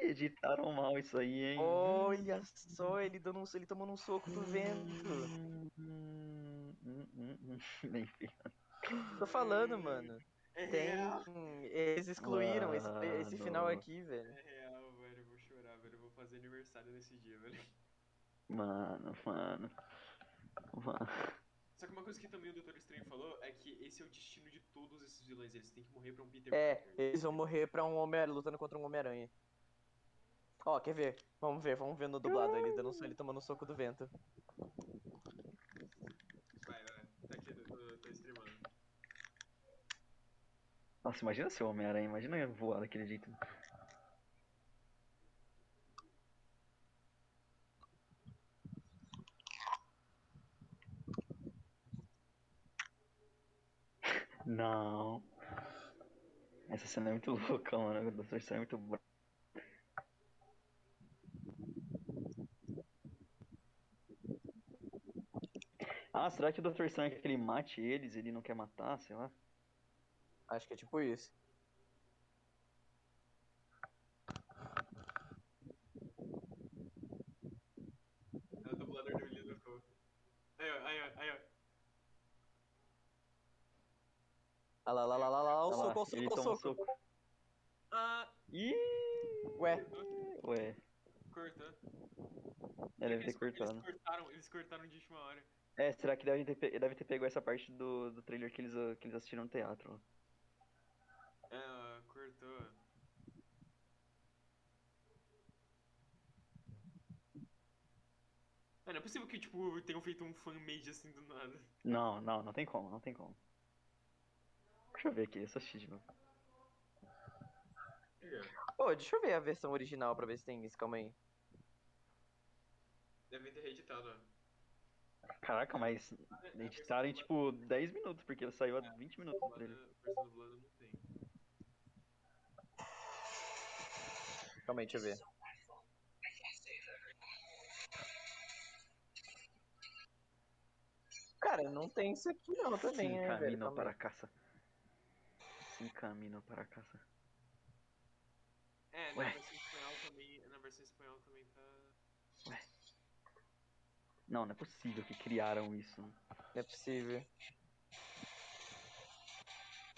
C: Editaram mal isso aí, hein?
B: Olha só, ele, dando um, ele tomando um soco do vento.
C: Hum, hum, hum, hum. Bem feito.
B: Tô falando, mano.
F: É
B: Tem.
F: real.
B: Eles excluíram esse, esse final
C: Mano.
B: aqui, velho.
F: É real, velho. Eu vou chorar, velho. Eu vou fazer aniversário nesse dia, velho.
C: Mano, mano. Mano.
F: Só que uma coisa que também o Doutor Estranho falou é que esse é o destino de todos esses vilões. Eles têm que morrer pra um Peter
B: É,
F: Parker.
B: eles vão morrer pra um homem lutando contra um Homem-Aranha. Ó, quer ver? Vamos ver, vamos ver no dublado. Ele, dando, um so- ele tomando um soco do vento.
F: Vai, vai. Tá aqui, eu tô, tô streamando.
C: Nossa, imagina ser o Homem-Aranha, imagina eu voar daquele jeito. Não. Essa cena é muito louca, mano. O Doutor Estranho é muito bra- Ah, será que o Doutor Estranho quer que ele mate eles? Ele não quer matar, sei lá.
B: Acho que é tipo isso.
F: É o dublador do William Dafoe. Aí, ó, aí, ó, aí, ó.
B: Ah lá, lá, lá, lá, lá, o
C: Olha lá,
B: soco, o
C: ele
B: soco, o
C: toma um
B: soco.
C: soco.
F: Ah,
C: Ih, um
B: Ué,
C: ué,
F: cortou. Ele
C: ela deve ter cortado.
F: Eles cortaram, eles cortaram de última hora.
C: É, será que deve ter, pe- deve ter pegou essa parte do, do trailer que eles, ah, que eles assistiram no teatro? lá.
F: É, ó, cortou. Ah, não é possível que, tipo, tenham feito um fan-made assim do nada.
C: Não, não, não tem como, não tem como. Deixa eu ver aqui, eu só assisti de novo.
B: Pô, deixa eu ver a versão original pra ver se tem isso, calma aí.
F: Devem ter reeditado, ó.
C: Caraca, mas editaram em tipo 10 minutos, porque saiu há 20 minutos o trailer.
F: versão dublada não tem.
B: Calma aí, deixa eu ver. Cara, não tem isso aqui não também,
C: Se
B: né, velho?
C: encaminam
B: Calma
C: para a
B: aí.
C: caça. Se encaminam para a caça.
F: É, na
C: Ué.
F: É, versão espanhol também. Na versão espanhol também tá.
C: Não, não é possível que criaram isso.
B: Não é possível.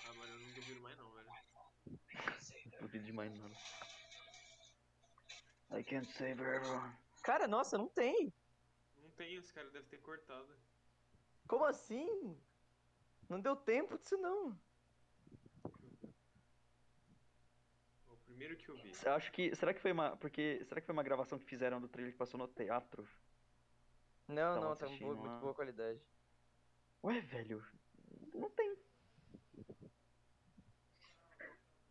F: Ah, mano, eu não duvido mais não, velho.
C: Duvido é demais, mano. I can't save everyone.
B: Cara, nossa, não tem.
F: Não tem, os caras devem ter cortado.
B: Como assim? Não deu tempo disso, não.
F: O primeiro que eu vi.
C: Eu acho que. Será que foi uma. Porque. Será que foi uma gravação que fizeram do trailer que passou no teatro?
B: Não,
C: Tava
B: não, tá
C: assistindo
B: boa-
C: lá.
B: muito boa qualidade.
C: Ué, velho. Não tem.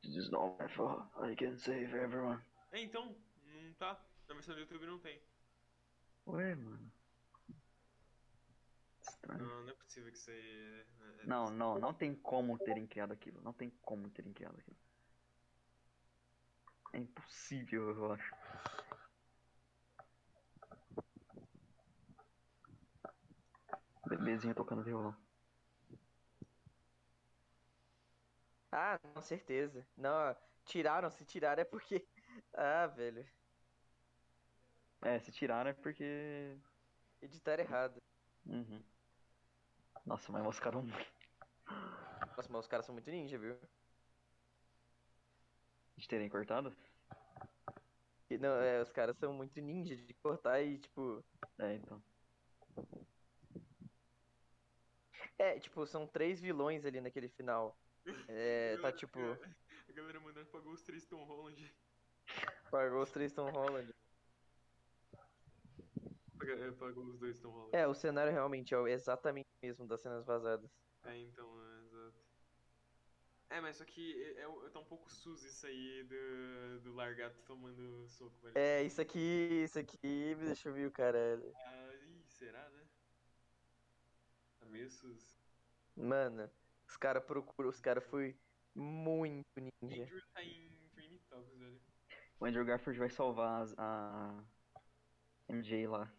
C: This is not my fault. I can save everyone.
F: É, então, não tá. Na versão do YouTube não tem.
C: Ué, mano. Estranho.
F: Não, não é possível que isso aí. é- é-
C: Não, não, não tem como terem criado aquilo. Não tem como terem criado aquilo. É impossível, eu acho. Bebezinho tocando violão.
B: Ah, com certeza. Não, tiraram, se tiraram é porque. Ah, velho.
C: É, se tiraram é porque.
B: Editaram errado.
C: Uhum. Nossa, mas moscaram muito.
B: Nossa, mas os caras são muito ninja, viu?
C: De terem cortado?
B: E Não, é, os caras são muito ninja de cortar e, tipo.
C: É, então.
B: É, tipo, são três vilões ali naquele final. É, tá tipo.
F: A galera mandando pagou os três Tom Holland.
B: Pagou os três Tom Holland.
F: Paga- é, Pagou os dois Tom Holland.
B: É, o cenário realmente é o- exatamente o mesmo das cenas vazadas.
F: É, então, é, exato. É, mas só que é, é um- tá um pouco sus isso aí do, do largato tomando soco, velho.
B: É, isso aqui, isso aqui me deixou ver o cara.
F: Ah, ih, será, né? Tá meio sus.
B: Mano, os caras procuram, os caras foi muito ninja.
F: Andrew tá em Trinity Talks, velho.
C: O Andrew Garfield vai salvar as- a MJ lá.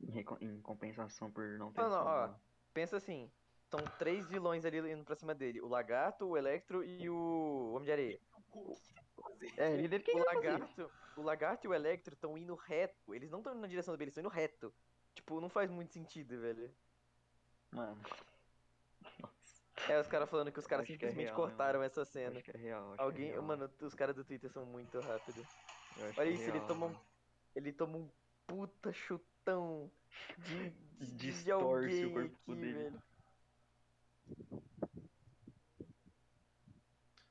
C: Em, reco- em compensação por não ter
B: Não, não,
C: salvado.
B: Pensa assim, são três vilões ali indo pra cima dele. O lagarto, o electro e o Homem de Areia.
F: O
C: É, ele deve que
B: o
C: ele vai fazer?
B: lagarto, o lagarto e o electro estão indo reto. Eles não estão indo na direção dele, eles estão indo reto. Tipo, não faz muito sentido, velho.
C: Mano,
B: É, os caras falando que os caras
C: Acho que é
B: simplesmente
C: real, né,
B: cortaram essa
C: eu
B: cena.
C: acho que é real. acho que é
B: Alguém,
C: real.
B: mano, os caras do Twitter são muito rápidos.
C: Eu acho que
B: Olha
C: é
B: isso, ele
C: real,
B: toma um,
C: mano.
B: ele toma um puta chutão de, de, de
C: Distorce o
B: alguém
C: corpo
B: aqui,
C: dele.
B: velho.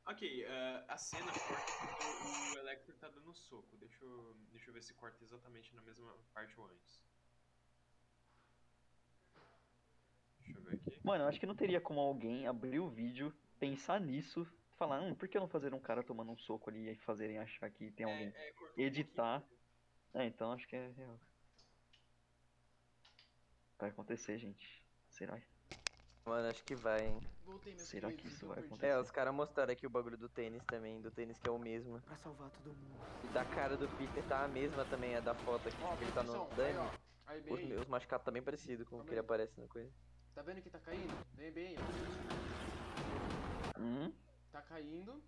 F: Ok, eh, a cena corta quando o Electro tá dando um soco. Deixa eu, deixa eu ver se corta exatamente na mesma parte ou antes. Deixa eu ver aqui.
C: Mano, eu acho que não teria como alguém abrir o vídeo, pensar nisso, falar, hum, por que não fazer um cara tomando um soco ali e fazerem achar que tem alguém?
F: É, cortou um
C: Editar. É, então acho que é real. Vai acontecer, gente. Será?
B: Mano, acho que vai, hein.
A: Voltei, meus
C: Será que
A: queridos,
C: isso
A: eu
C: vai
A: perdi.
C: acontecer?
B: É, os caras mostraram aqui o bagulho do tênis também, do tênis que é o mesmo.
E: Pra salvar todo mundo.
B: E da cara do Peter tá a mesma também, a da foto aqui,
A: Ó,
B: que ele tá no
A: produção, aí,
B: Dani.
A: ó. Aí, bem
B: Os,
A: aí.
B: os machucados tá bem parecido com o que ele
A: Também.
B: aparece na coisa.
A: Tá vendo que tá caindo? Vem bem aí, ó.
C: Hum?
A: Tá caindo.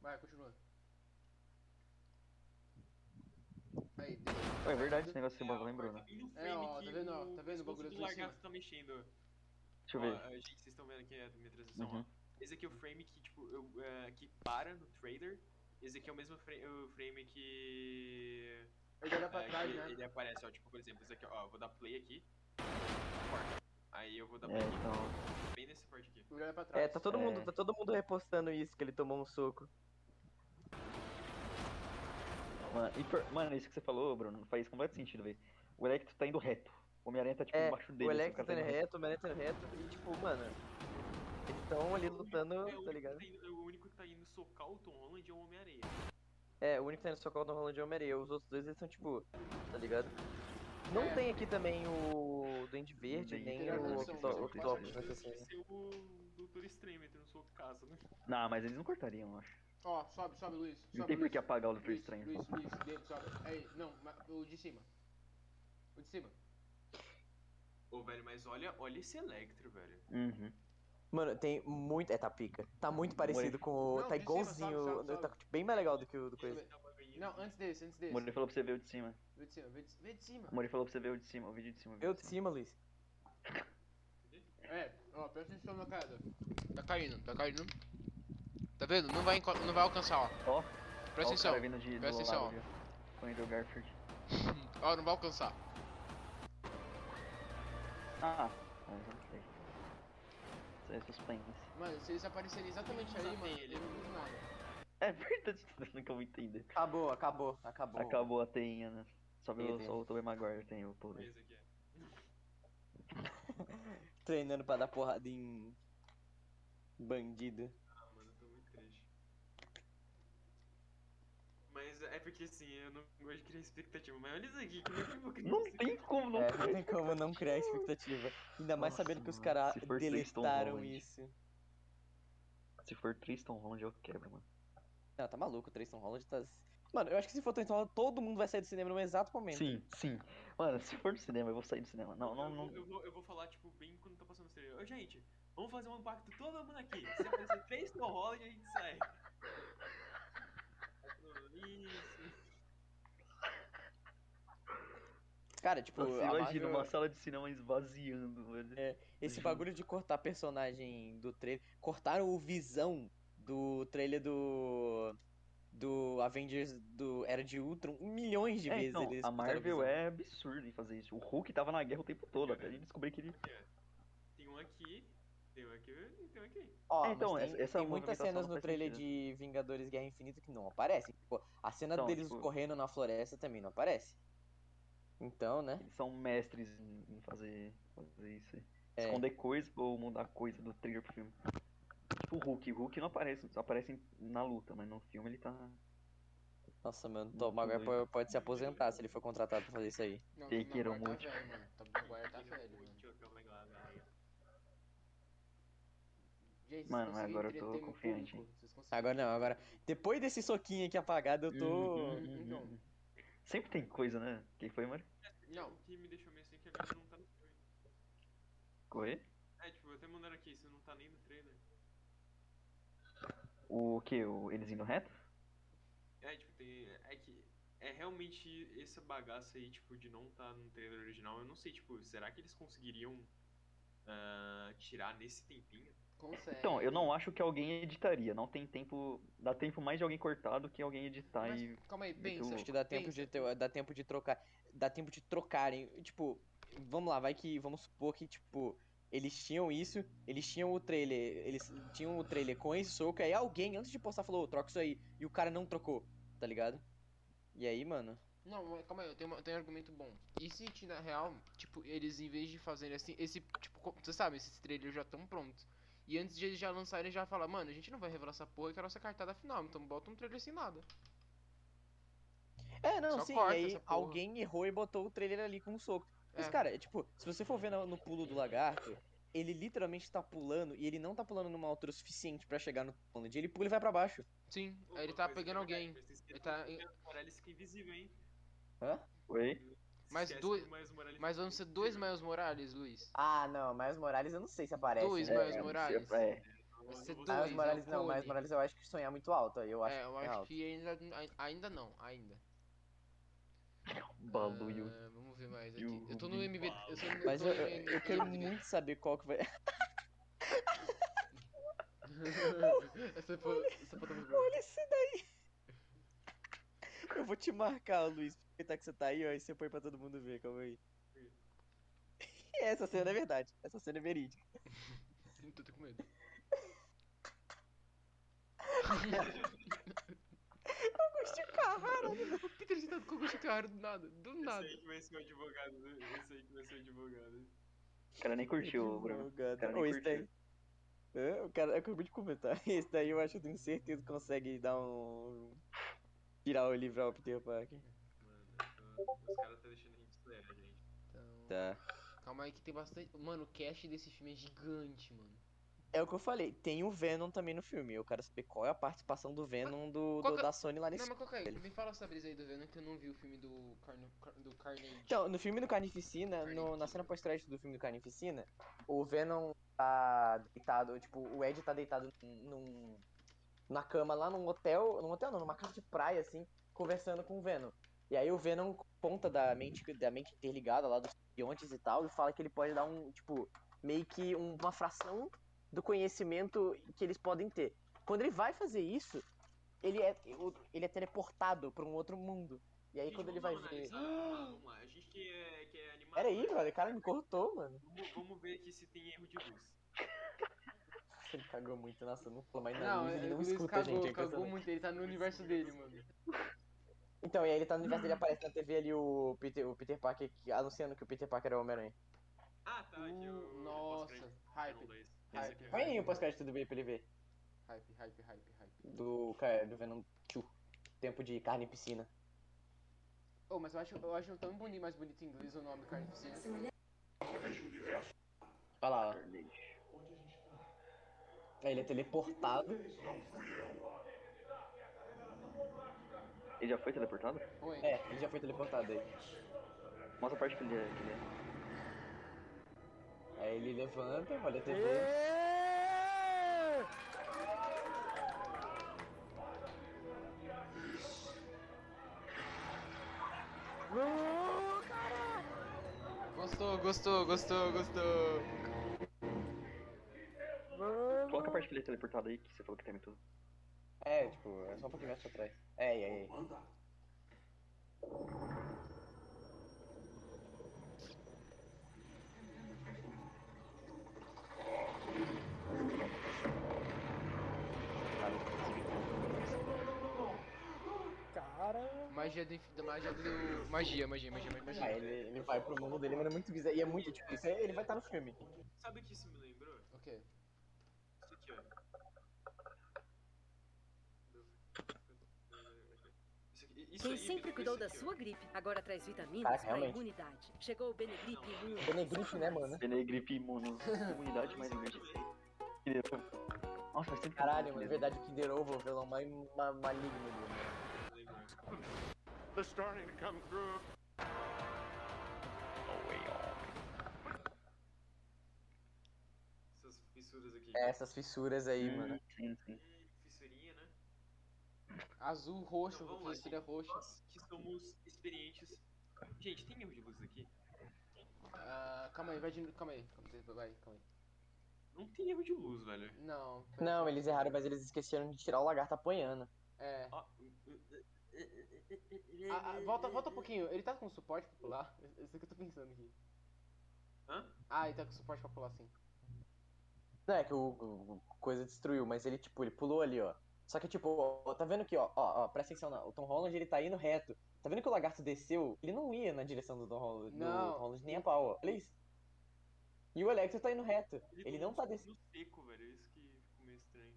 A: Vai, continua. Aí, deu.
C: É verdade esse negócio que
F: um
C: o Bob lembrou, né?
F: corta bem no
A: É, ó,
F: frame
A: tá
F: que
A: vendo, ó, tá vendo o
F: pescoço
A: bagulho
F: do
A: aqui em cima?
F: largato tá mexendo.
C: Deixa eu
F: Ó,
C: ver.
F: ah, gente, vocês estão vendo aqui a minha transição,
C: Uhum.
F: ó. Esse aqui é o frame que, tipo, eu, eh, que para no trailer. Esse aqui é o mesmo frame, o frame que...
A: Ele olha pra
F: É,
A: trás,
F: que
A: né?
F: Ele aparece, ó, tipo, por exemplo, isso aqui, ó, eu vou dar play aqui. Corta. Aí eu vou dar
C: É,
F: play aqui,
C: então.
F: bem nesse parte aqui.
A: Ele olha pra trás.
B: É, tá todo
C: É.
B: mundo, tá todo mundo repostando isso, que ele tomou um soco.
C: Mano, e por- mano, isso que você falou, Bruno, faz completo sentido, velho. O Electro tá indo reto. O Homem-Aranha tá tipo
B: É,
C: embaixo dele.
B: o
C: assim,
B: Electro
C: cara tá
B: tá indo
C: indo
B: reto, o Mané tá indo reto, e tipo, mano, eles estão ali lutando,
F: é, o
B: tá
F: único
B: ligado?
F: que tá indo- é, o único que tá indo socar o Tom Holland é o Homem-Areia.
B: É, o único que tá indo socorro do Roland é o Homem-Aranha, os outros dois eles são tipo, tá ligado? Não
A: É.
B: tem aqui também o Duende Verde,
C: Duende
B: nem
A: Verde,
B: o
A: são- são
B: Octo-
A: quatro
B: Octopus, assim.
A: pessoas.
B: nessa
F: Esse
B: cena.
F: é o Doutor Estranho metendo soco caso, né?
C: Não, mas eles não cortariam, eu acho.
A: Ó, sobe, sobe, Luiz. Sobe,
C: Não tem por
A: Luiz.
C: que apagar o Doutor
A: Luiz,
C: Estranho.
A: Luiz, Luiz, dele, sobe. Aí, não, ma- o de cima. O de cima.
F: Ô, velho, mas olha, olha esse Electro, velho.
C: Uhum.
B: Mano, tem muito. É, tá pica. Tá muito parecido com o.
A: Não,
B: tá
A: de cima,
B: igualzinho.
A: sobe, sobe,
B: Tá tipo, bem mais legal do que o do
F: Esse
B: coisa.
F: tava bem
A: Não, antes desse, antes
C: O
A: desse.
C: Murilo falou pra você ver o de cima.
A: Vê de cima, vê de, vê de cima.
C: O Murilo falou pra você ver o de cima, o vídeo de cima.
B: Eu de cima, Luiz.
A: É, ó, presta atenção na cara. Tá caindo, tá caindo. Tá vendo? Não vai, enco- não vai alcançar, ó.
C: Ó, ó
A: Presta
C: o cara
A: atenção.
C: vindo de,
A: presta
C: do
A: atenção,
C: lado, viu? Com o Andrew Garfield.
A: Ó, não vai alcançar.
C: Ah, mas não sei. Isso é suspense.
A: Mano, se eles aparecerem exatamente aí,
F: Desafio
A: mano,
F: ele.
A: eu não duvido nada.
C: É verdade, nunca vou entender.
B: Acabou, acabou, acabou.
C: Acabou a teinha, né? Só, viu,
B: Beleza.
C: só o Tobey Maguire tem o poder.
F: Beleza, aqui é.
B: Treinando pra dar porrada em. Bandido.
F: Ah, mano, eu tô muito triste. Mas é porque assim, eu não gosto de criar expectativa, mas olha isso aqui, como é que eu vou criar
C: Não
F: expectativa?
C: tem como não
B: É, não tem como não criar expectativa. Ainda mais
C: Nossa,
B: sabendo que os
C: mano,
B: caras
C: se for Tristan
B: deletaram
C: Holland.
B: isso.
C: Se for Tristan Holland, eu quebro, mano.
B: Não, tá maluco, o Tristan Holland tá. Mano, eu acho que se for Tristan Holland, todo mundo vai sair do cinema no exato momento.
C: Sim, sim. Mano, se for no cinema, eu vou sair do cinema. Não, não,
F: eu,
C: não.
F: Vou, eu, vou, eu vou falar, tipo, bem quando tá passando o trailer. Ô, gente, vamos fazer um impacto todo mundo aqui. Se aparecer três Tom Holland, a gente sai. Isso.
B: Cara, tipo,
C: Nossa,
B: a
C: imagina
B: Marvel-
C: uma sala de cinema esvaziando, velho.
B: É, esse
C: junto.
B: bagulho de cortar personagem do trailer. Cortaram o visão do trailer do. Do Avengers do Era de Ultron milhões de
C: É,
B: vezes.
C: então,
B: eles
C: a
B: cortaram o
C: Marvel
B: Visão.
C: é absurda em fazer isso. O Hulk tava na guerra o tempo
B: É
C: todo, até ele descobrir que ele.
F: Tem um aqui, tem um aqui e tem um aqui.
B: Ó,
C: É, então,
B: mas tem,
C: essa- essa
B: tem muitas
C: movimentação
B: cenas
C: não
B: no
C: faz
B: trailer
C: sentido.
B: de Vingadores Guerra Infinita que não aparecem. Tipo, a cena
C: Então,
B: deles
C: tipo-
B: correndo na floresta também não aparece. Então, né?
C: Eles são mestres em em fazer, fazer isso. aí.
B: É.
C: Esconder coisa ou mudar coisa do trailer pro filme. Tipo o Hulk. O Hulk não aparece, só aparece em- na luta, mas no filme ele tá.
B: Nossa, mano,
C: Muito
B: Tom Maguire
C: doido.
B: po- pode se aposentar se ele for contratado pra fazer isso aí.
A: Não,
C: Tem
A: Tom
C: que ir ao
A: Maguire
C: um monte.
A: tá velho, mano. Tom Maguire
F: um
A: tá velho, mano. Gente, vocês
C: Mano,
A: conseguem
C: agora eu tô
A: entreter meu
C: confiante,
A: público? Vocês conseguem?
B: Agora não, agora. Depois desse soquinho aqui apagado, eu tô.
C: Uhum, uhum,
A: Então.
C: uhum. Sempre tem coisa, né? Quem foi, Mari?
A: Não.
F: O que me deixou meio assim é que agora não tá no trailer.
C: Correr?
F: É, tipo, até mandaram aqui, isso não tá nem no trailer.
C: O que? O... Eles indo reto?
F: É, tipo, tem. É que. É realmente essa bagaça aí, tipo, de não tá no trailer original. Eu não sei, tipo, será que eles conseguiriam ah, tirar nesse tempinho?
A: Consegue.
C: Então, eu não acho que alguém editaria. Não tem tempo. Dá tempo mais de alguém cortar do que alguém editar
A: Mas-
C: e.
A: Calma aí,
C: Muito
A: pensa.
C: louco.
B: Acho que um dá tempo de ter- dá tempo de trocar, dá tempo de trocarem. Tipo, vamos lá, vai que vamos supor que tipo eles tinham isso, eles tinham o trailer, eles tinham o trailer com esse soco, aí alguém antes de postar falou, "Ô, troca isso aí, e o cara não trocou, tá ligado? E aí, mano,
A: Não, mas calma aí, eu tenho, uma- eu tenho um argumento bom. E se, ti- na real, tipo, eles em vez de fazerem assim, esse, tipo, co- você sabe, esses trailers já estão prontos. E antes de eles já lançarem, eles já falam, mano, a gente não vai revelar essa porra que é a nossa cartada final, então bota um trailer sem nada.
B: é, não,
A: Só
B: sim,
A: corta
B: e aí
A: essa porra.
B: alguém errou e botou o trailer ali com um soco. Mas,
A: É.
B: cara, é tipo, se você for ver no, no pulo do lagarto, ele literalmente tá pulando e ele não tá pulando numa altura suficiente pra chegar no Holland. Ele pula e vai pra baixo.
A: Sim, aí ele
F: Uma
A: tá
F: coisa
A: pegando
F: que é
A: alguém.
F: verdade, mas
A: Ele tá-
F: esquece que o Morales fica invisível, hein?
B: Hã?
C: Oi?
A: Mas
F: Esquece
A: dois-
F: que o Miles Morales
A: Mas
F: fica
A: vão ser dois
F: invisível.
A: Miles Morales, Luiz.
B: Ah, não, Miles Morales eu não sei se aparece.
A: Dois
B: né?
A: Miles
C: é,
A: Morales.
C: É, é.
F: Eu
A: Vai
F: não
A: ser
F: vou-
A: dois.
B: Miles Morales
A: é o
B: não, Miles
A: Cone.
B: Miles eu acho que sonhar é muito alto, eu acho
A: é, eu
B: que é
A: acho
B: alto.
A: que ainda, ai- ainda não, ainda.
C: Baluio.
A: Ah, vamos ver mais
C: e
A: aqui.
C: o
A: Eu tô no
C: Rubinho.
A: MB. Eu sou no-
B: Mas
A: tô
B: eu,
A: no
B: eu- eu quero muito saber qual que vai.
A: essa foi, essa foi muito boa.
B: Olha isso daí! Eu vou te marcar, Luiz, pra aproveitar que você tá aí, ó, e você põe pra todo mundo ver, calma aí. Essa cena é verdade, essa cena é verídica.
A: Eu tô com medo.
B: Augusto Carrara!
A: O Peter sentado com o Gucci Carraro do nada, do
F: Esse
A: nada.
F: aí que vai ser o advogado, né? Esse aí que vai ser o advogado.
C: O cara
B: Ah,
C: nem curtiu, Bruno. O cara nem
B: Ou esse daí.
C: curtiu.
B: Hã? O cara eu acabei de comentar. Esse daí eu acho que eu tenho certeza que consegue dar um. Tirar o livro ao Peter Parker.
F: Mano, eu tô- os caras tá deixando a gente estranhar, gente.
A: Então,
B: Tá.
A: Calma aí que tem bastante. Mano, o cast desse filme é gigante, mano.
B: É o que eu falei, tem o Venom também no filme. Eu quero saber qual é a participação do Venom do,
A: qual
B: do-
A: que- é
B: da Sony lá nesse
A: Não, mas qual que é?
B: Ele-
A: Me fala essa brisa aí do Venom que eu não vi o filme do, Carno... Car- do Carnage.
B: Então, no filme do Carnificina, no- na cena pós-crédito do filme do Carnificina, o Venom tá deitado, tipo, o Ed tá deitado num, num- na cama lá num hotel, num hotel não, numa casa de praia, assim, conversando com o Venom. E aí o Venom conta da mente, da mente interligada lá dos simbiontes e tal, e fala que ele pode dar um, tipo, meio que uma fração do conhecimento que eles podem ter. Quando ele vai fazer isso, ele é, ele é teleportado pra um outro mundo. E aí
F: Gente,
B: quando ele vai
F: vamos dar uma
B: ver.
F: analisada, Vamos lá, vamos lá. A gente que é, que é animador.
B: Pera aí, brother, o cara me cortou, mano.
F: Vamos, vamos ver aqui se tem erro de luz.
B: Ele cagou muito, nossa, não falou mais nada.
A: Não,
B: ele
A: ele
B: não
A: Luiz
B: escuta,
A: cagou,
B: gente. é
A: cagou
B: impressionante.
A: muito, ele tá no universo dele, mano.
B: Então, e aí ele tá no universo dele, aparece na TV ali o Peter, o Peter Parker que- anunciando que o Peter Parker é o Homem-Aranha.
F: Ah, tá. aqui é
A: Uh,
F: o- é o
A: nossa,
F: pós-crédito. Não,
A: hype,
F: dois. Esse
A: Hype.
F: aqui é o-
B: Vai aí o pós-crédito do B pra ele ver.
A: hype, hype, hype, hype.
B: Do, cara, do Venom 2. Tempo de carne e piscina.
A: Oh, mas eu acho, eu acho tão bonito, mais bonito em inglês o nome, cara. não sei.
B: Olha lá, ó. Aí ele é teleportado.
C: Ele já foi teleportado?
A: Oi.
B: É, ele já foi teleportado aí.
C: Mostra a parte que ele é. Que ele é.
B: Aí ele levanta, olha a TV.
A: Gostou, gostou, gostou, gostou.
C: Coloca a parte que ele é teleportado aí, que você falou que tem tudo.
B: É, tipo, é só um pouquinho mais pra trás. É, é, é.
A: Magia do infinito, magia do... Magia, magia, magia, magia.
B: Ah,
A: magia.
B: ele, ele vai pro mundo dele, mas é muito bizarro. E é muito tipo, isso aí ele vai estar no filme.
F: Sabe o que isso me lembrou?
A: Ok.
F: Isso aqui, ó. Isso aqui- isso
G: Quem
F: aí,
G: sempre
F: isso
G: cuidou da
F: aqui, ó.
G: sua gripe, agora traz
B: Caraca,
G: vitaminas para
B: realmente.
G: imunidade. Chegou o Benegripe Imune.
B: Benegripe, né, mano?
C: Benegripe imuno. Imunidade mais
F: Isso
C: imunidade.
F: também.
C: Nossa, mas sempre.
B: Caralho, mano, é verdade, o Kinder Ovo é um vilão mais ma- maligno. mano.
E: They're starting to come through.
F: Essas fissuras aqui.
B: É, essas fissuras aí,
C: Hum,
B: mano.
C: Sim, sim.
F: Hum, Fissurinha, né?
A: Azul, é roxo,
F: Não, vamos lá,
A: vestida roxa.
F: Nós que somos experientes. Gente, tem erro de luz aqui?
A: Ah, calma aí, vai de... Calma aí, calma aí, vai, calma aí.
F: Não tem erro de luz, velho.
A: Não. pera-
B: Não, eles erraram, mas eles esqueceram de tirar o lagarto apanhando.
A: É.
F: Ó. uh,
A: Ah, ah, volta, volta um pouquinho. Ele tá com suporte pra pular? É Isso que eu tô pensando aqui.
F: Hã?
A: Ah, ele tá com suporte pra pular sim.
B: Não é que o, o- o coisa destruiu, mas ele, tipo, ele pulou ali, ó. Só que, tipo, ó, tá vendo aqui, ó, ó, ó, presta atenção, não. o Tom Holland, ele tá indo reto. Tá vendo que o lagarto desceu? Ele não ia na direção do Tom Holland, do
A: Não.
B: Tom Holland nem a pau, ó. Olha isso. E o Electro tá indo reto. Ele não tá
F: um
B: descendo.
F: soco No seco, velho. Isso que ficou meio estranho.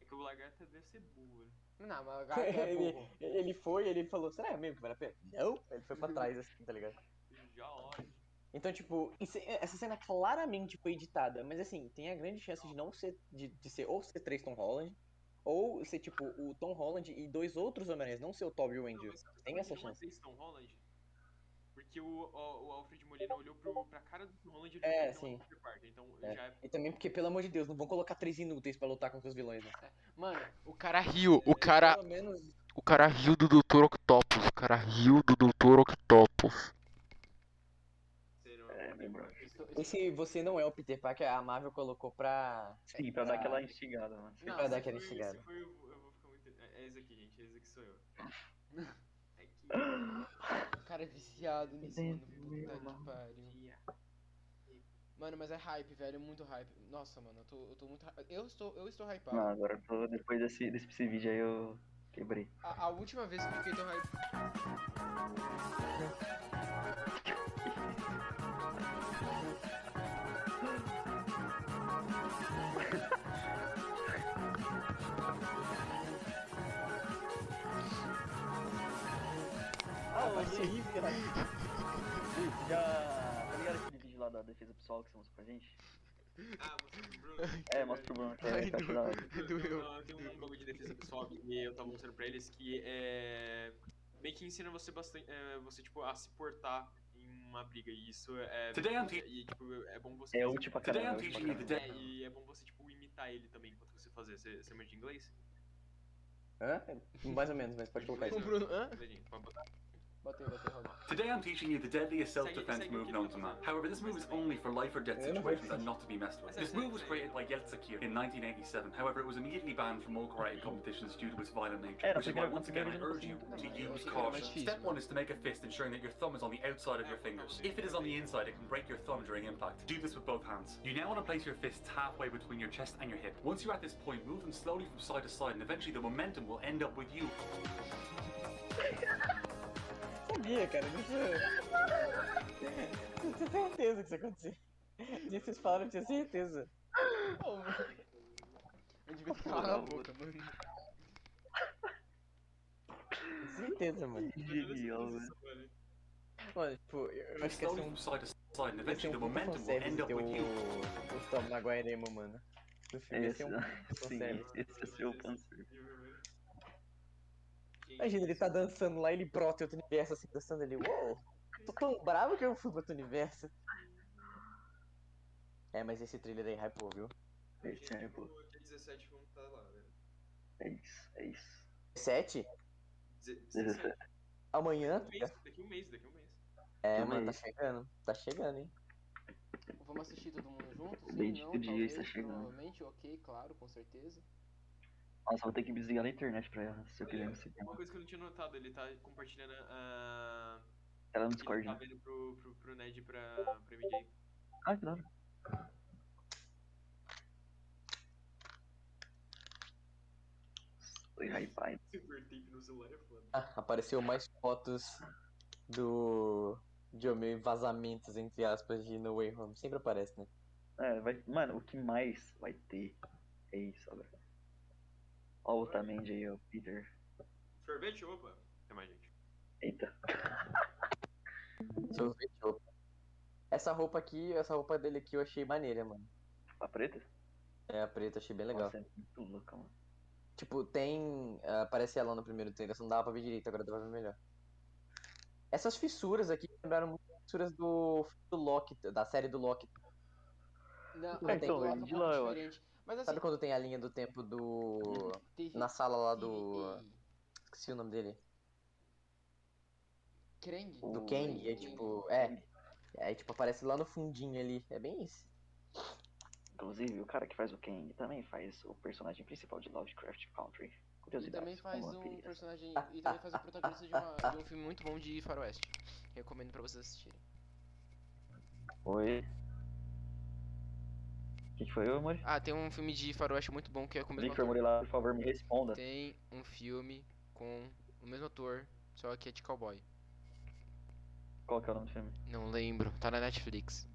F: É que o lagarto deve ser burro, né? velho.
A: Não, mas o gato é
B: Ele-
A: burro.
B: Ele foi, ele falou, será mesmo que vale a pena? Não. Ele foi pra trás, assim, tá ligado?
F: Ele Já olha.
B: Então, tipo, isso- essa cena claramente foi editada, mas assim, tem a grande chance de não ser. De, de ser ou ser três Tom Holland, ou ser, tipo, o Tom Holland e dois outros homem não ser o Toby e o
F: Não,
B: Andrew.
F: mas sabe
B: tem
F: por
B: essa
F: que não é
B: chance.
F: três Tom Holland? Porque o, o, o Alfred Molina olhou pro, pra cara do Tom Holland e ele
B: É,
F: falou, "Não,
B: sim.
F: é Peter Parker", Então
B: É.
F: já é
B: E também porque, pelo amor de Deus, não vão colocar três inúteis pra lutar contra os vilões, né?
A: Mano, o cara riu, o cara.
B: Pelo menos.
A: O cara riu do Dr. Octopus, o cara riu do Dr. Octopus.
F: sério.
C: É, meu brother.
B: Esse você não é o Peter Parker, a Marvel colocou pra.
C: Sim, pra dar aquela instigada, mano.
A: Não,
B: pra dar
A: esse
B: aquela
F: Foi-
B: instigada.
F: esse foi o- eu, vou, ficar muito. É, é esse aqui, gente. É esse aqui sou eu. É que.
A: O cara é viciado nisso, mano. Puta que pariu.
F: dia.
A: Mano, mas é hype, velho. É muito hype. Nossa, mano, eu tô, eu tô muito. hy- Eu estou, eu estou hypado.
C: Não, agora eu tô, depois desse, desse, desse vídeo aí eu quebrei.
A: A, a última vez que eu fiquei tão hype.
C: Ah, vai ser horrível. Já. Tá ligado aquele vídeo lá da defesa pessoal que você mostrou pra gente?
F: Ah, você lembrou?
C: É, mostra o Bruno que
A: Ai,
C: é que eu acho da hora.
A: Doeu.
F: Não, Tem um bagulho de defesa pessoal que eu tava mostrando pra eles que é. Meio que ensina você bastante. é, você, tipo, a se portar em uma briga. E isso é.
E: Today I'm te-
F: e, tipo, é bom você.
C: É
F: fazer-
C: útil pra
E: Today
C: caralho.
E: I'm
C: é útil pra
E: teaching you the
C: caralho.
E: day.
F: É, e é bom você, tipo, imitar ele também enquanto você fazer. Você, você manja inglês?
B: Hã? Mais ou menos, mas pode colocar isso.
A: O Bruno, hã?
F: Tadinho, pode botar.
A: Bateu, bateu, roda.
H: Today I'm teaching you the deadliest
F: Second-
H: self-defense
F: second
H: move
F: kid
H: known
F: comes
H: to man.
F: out.
H: However, this move is only for life or death
B: Yeah, no
H: situations
B: worries.
H: and not to be messed with.
F: That's it,
H: This move was
F: that's it.
H: created by Yeltsin in 1987. However, it was immediately banned from all karate competitions due to its violent nature,
C: Era,
H: which is why
C: porque-
H: once again I
C: porque-
H: urge you to
A: porque-
H: use
A: porque-
H: caution.
A: porque-
H: Step one is to make a fist, ensuring that your thumb is on the outside of your fingers. If it is on the inside, it can break your thumb during impact. Do this with both hands. You now want to place your fists halfway between your chest and your hip. Once you're at this point, move them slowly from side to side, and eventually the momentum will end up with you.
B: sabia, cara. Disso... Eu tinha certeza que isso ia acontecer. Disso vocês falaram, eu tinha certeza.
A: Ô, mano. Eu devia ter calado a boca, mano.
B: Certeza, mano.
C: Genial, velho.
B: Mano, tipo, eu eu acho que ia
H: Slowly
B: ser um,
H: from side to side, and
B: ia ser
H: eventually
B: um puta
H: the momentum will
B: fanservice
H: end up
B: ter o,
H: with you.
B: o Tom Maguire emo, mano. Do filme ia ser um puta
C: Sim,
B: fanservice.
C: é esse é seu câncer.
F: é,
B: Imagina, ele tá dançando lá, ele brota em outro universo, assim, dançando ali. Uou, tô tão bravo que eu fui pro outro universo. É, mas esse trailer aí hypou, viu?
C: Esse é, pô.
F: 17 vão estar tá lá, velho.
C: É isso, é isso.
B: 7?
F: Deze- 17.
B: Amanhã?
F: Daqui um mês, daqui um mês, daqui um mês.
B: É,
C: Calma
B: mano,
C: aí.
B: tá chegando. Tá chegando, hein?
A: Vamos assistir todo mundo junto? Sim,
C: Bem
A: não,
C: de dia,
A: talvez,
C: isso tá chegando.
A: provavelmente, ok, claro, com certeza.
C: Nossa, vou ter que me desligar da internet pra ela, se eu quiser me seguir.
F: Uma coisa que eu não tinha notado, ele tá compartilhando ah, a.
C: Ela no
F: que ele
C: Discord,
F: tá
C: né?
F: vendo pro, pro, pro Ned e pra, pra MJ.
C: Ah, que da hora. Oi, hi-fi.
F: Super tape no celular é foda.
B: Ah, apareceu mais fotos do. De Homem vazamentos, entre aspas, de No Way Home. Sempre aparece, né?
C: É, vai... Mano, o que mais vai ter é isso agora. Ó o Otamendi aí, ó, o Peter.
F: Sorvete, opa! Até mais, gente.
C: Eita.
B: Sorvete roupa. Essa roupa aqui, essa roupa dele aqui eu achei maneira, mano.
C: A preta?
B: É a preta, achei bem legal.
C: Nossa, é muito louca, mano.
B: Tipo, tem. ah, Aparece ela no primeiro trailer, só não dava pra ver direito, agora dá pra ver melhor. Essas fissuras aqui lembraram muito as fissuras do, do Loki, da série do Loki.
A: Não,
B: Então,
A: até que eu
C: vem
A: acho um
C: É, de lá,
A: pouco
C: eu
A: diferente. Mas assim,
B: Sabe quando tem a linha do tempo do.
A: teve-
B: Na sala lá do.
A: teve-
B: Esqueci o nome dele.
A: Krang?
B: Do
C: O-
B: Kang. É tipo. É. Aí, tipo, aparece lá no fundinho ali. É bem isso.
C: Inclusive, o cara que faz o Kang também faz o personagem principal de Lovecraft Country.
A: E
C: Curiosidade.
A: também
B: tipo,
A: faz um personagem. E também faz o protagonista de, uma- de um filme muito bom de Faroeste. Recomendo pra vocês assistirem.
C: Oi. O que, que foi, amor?
A: Ah, tem um filme de Faroeste muito bom que é com o mesmo
C: Link foi
A: ator.
C: lá, por favor, me responda.
A: Tem um filme com o mesmo ator, só que é de cowboy.
C: Qual que é o nome do filme?
A: Não lembro, tá na Netflix.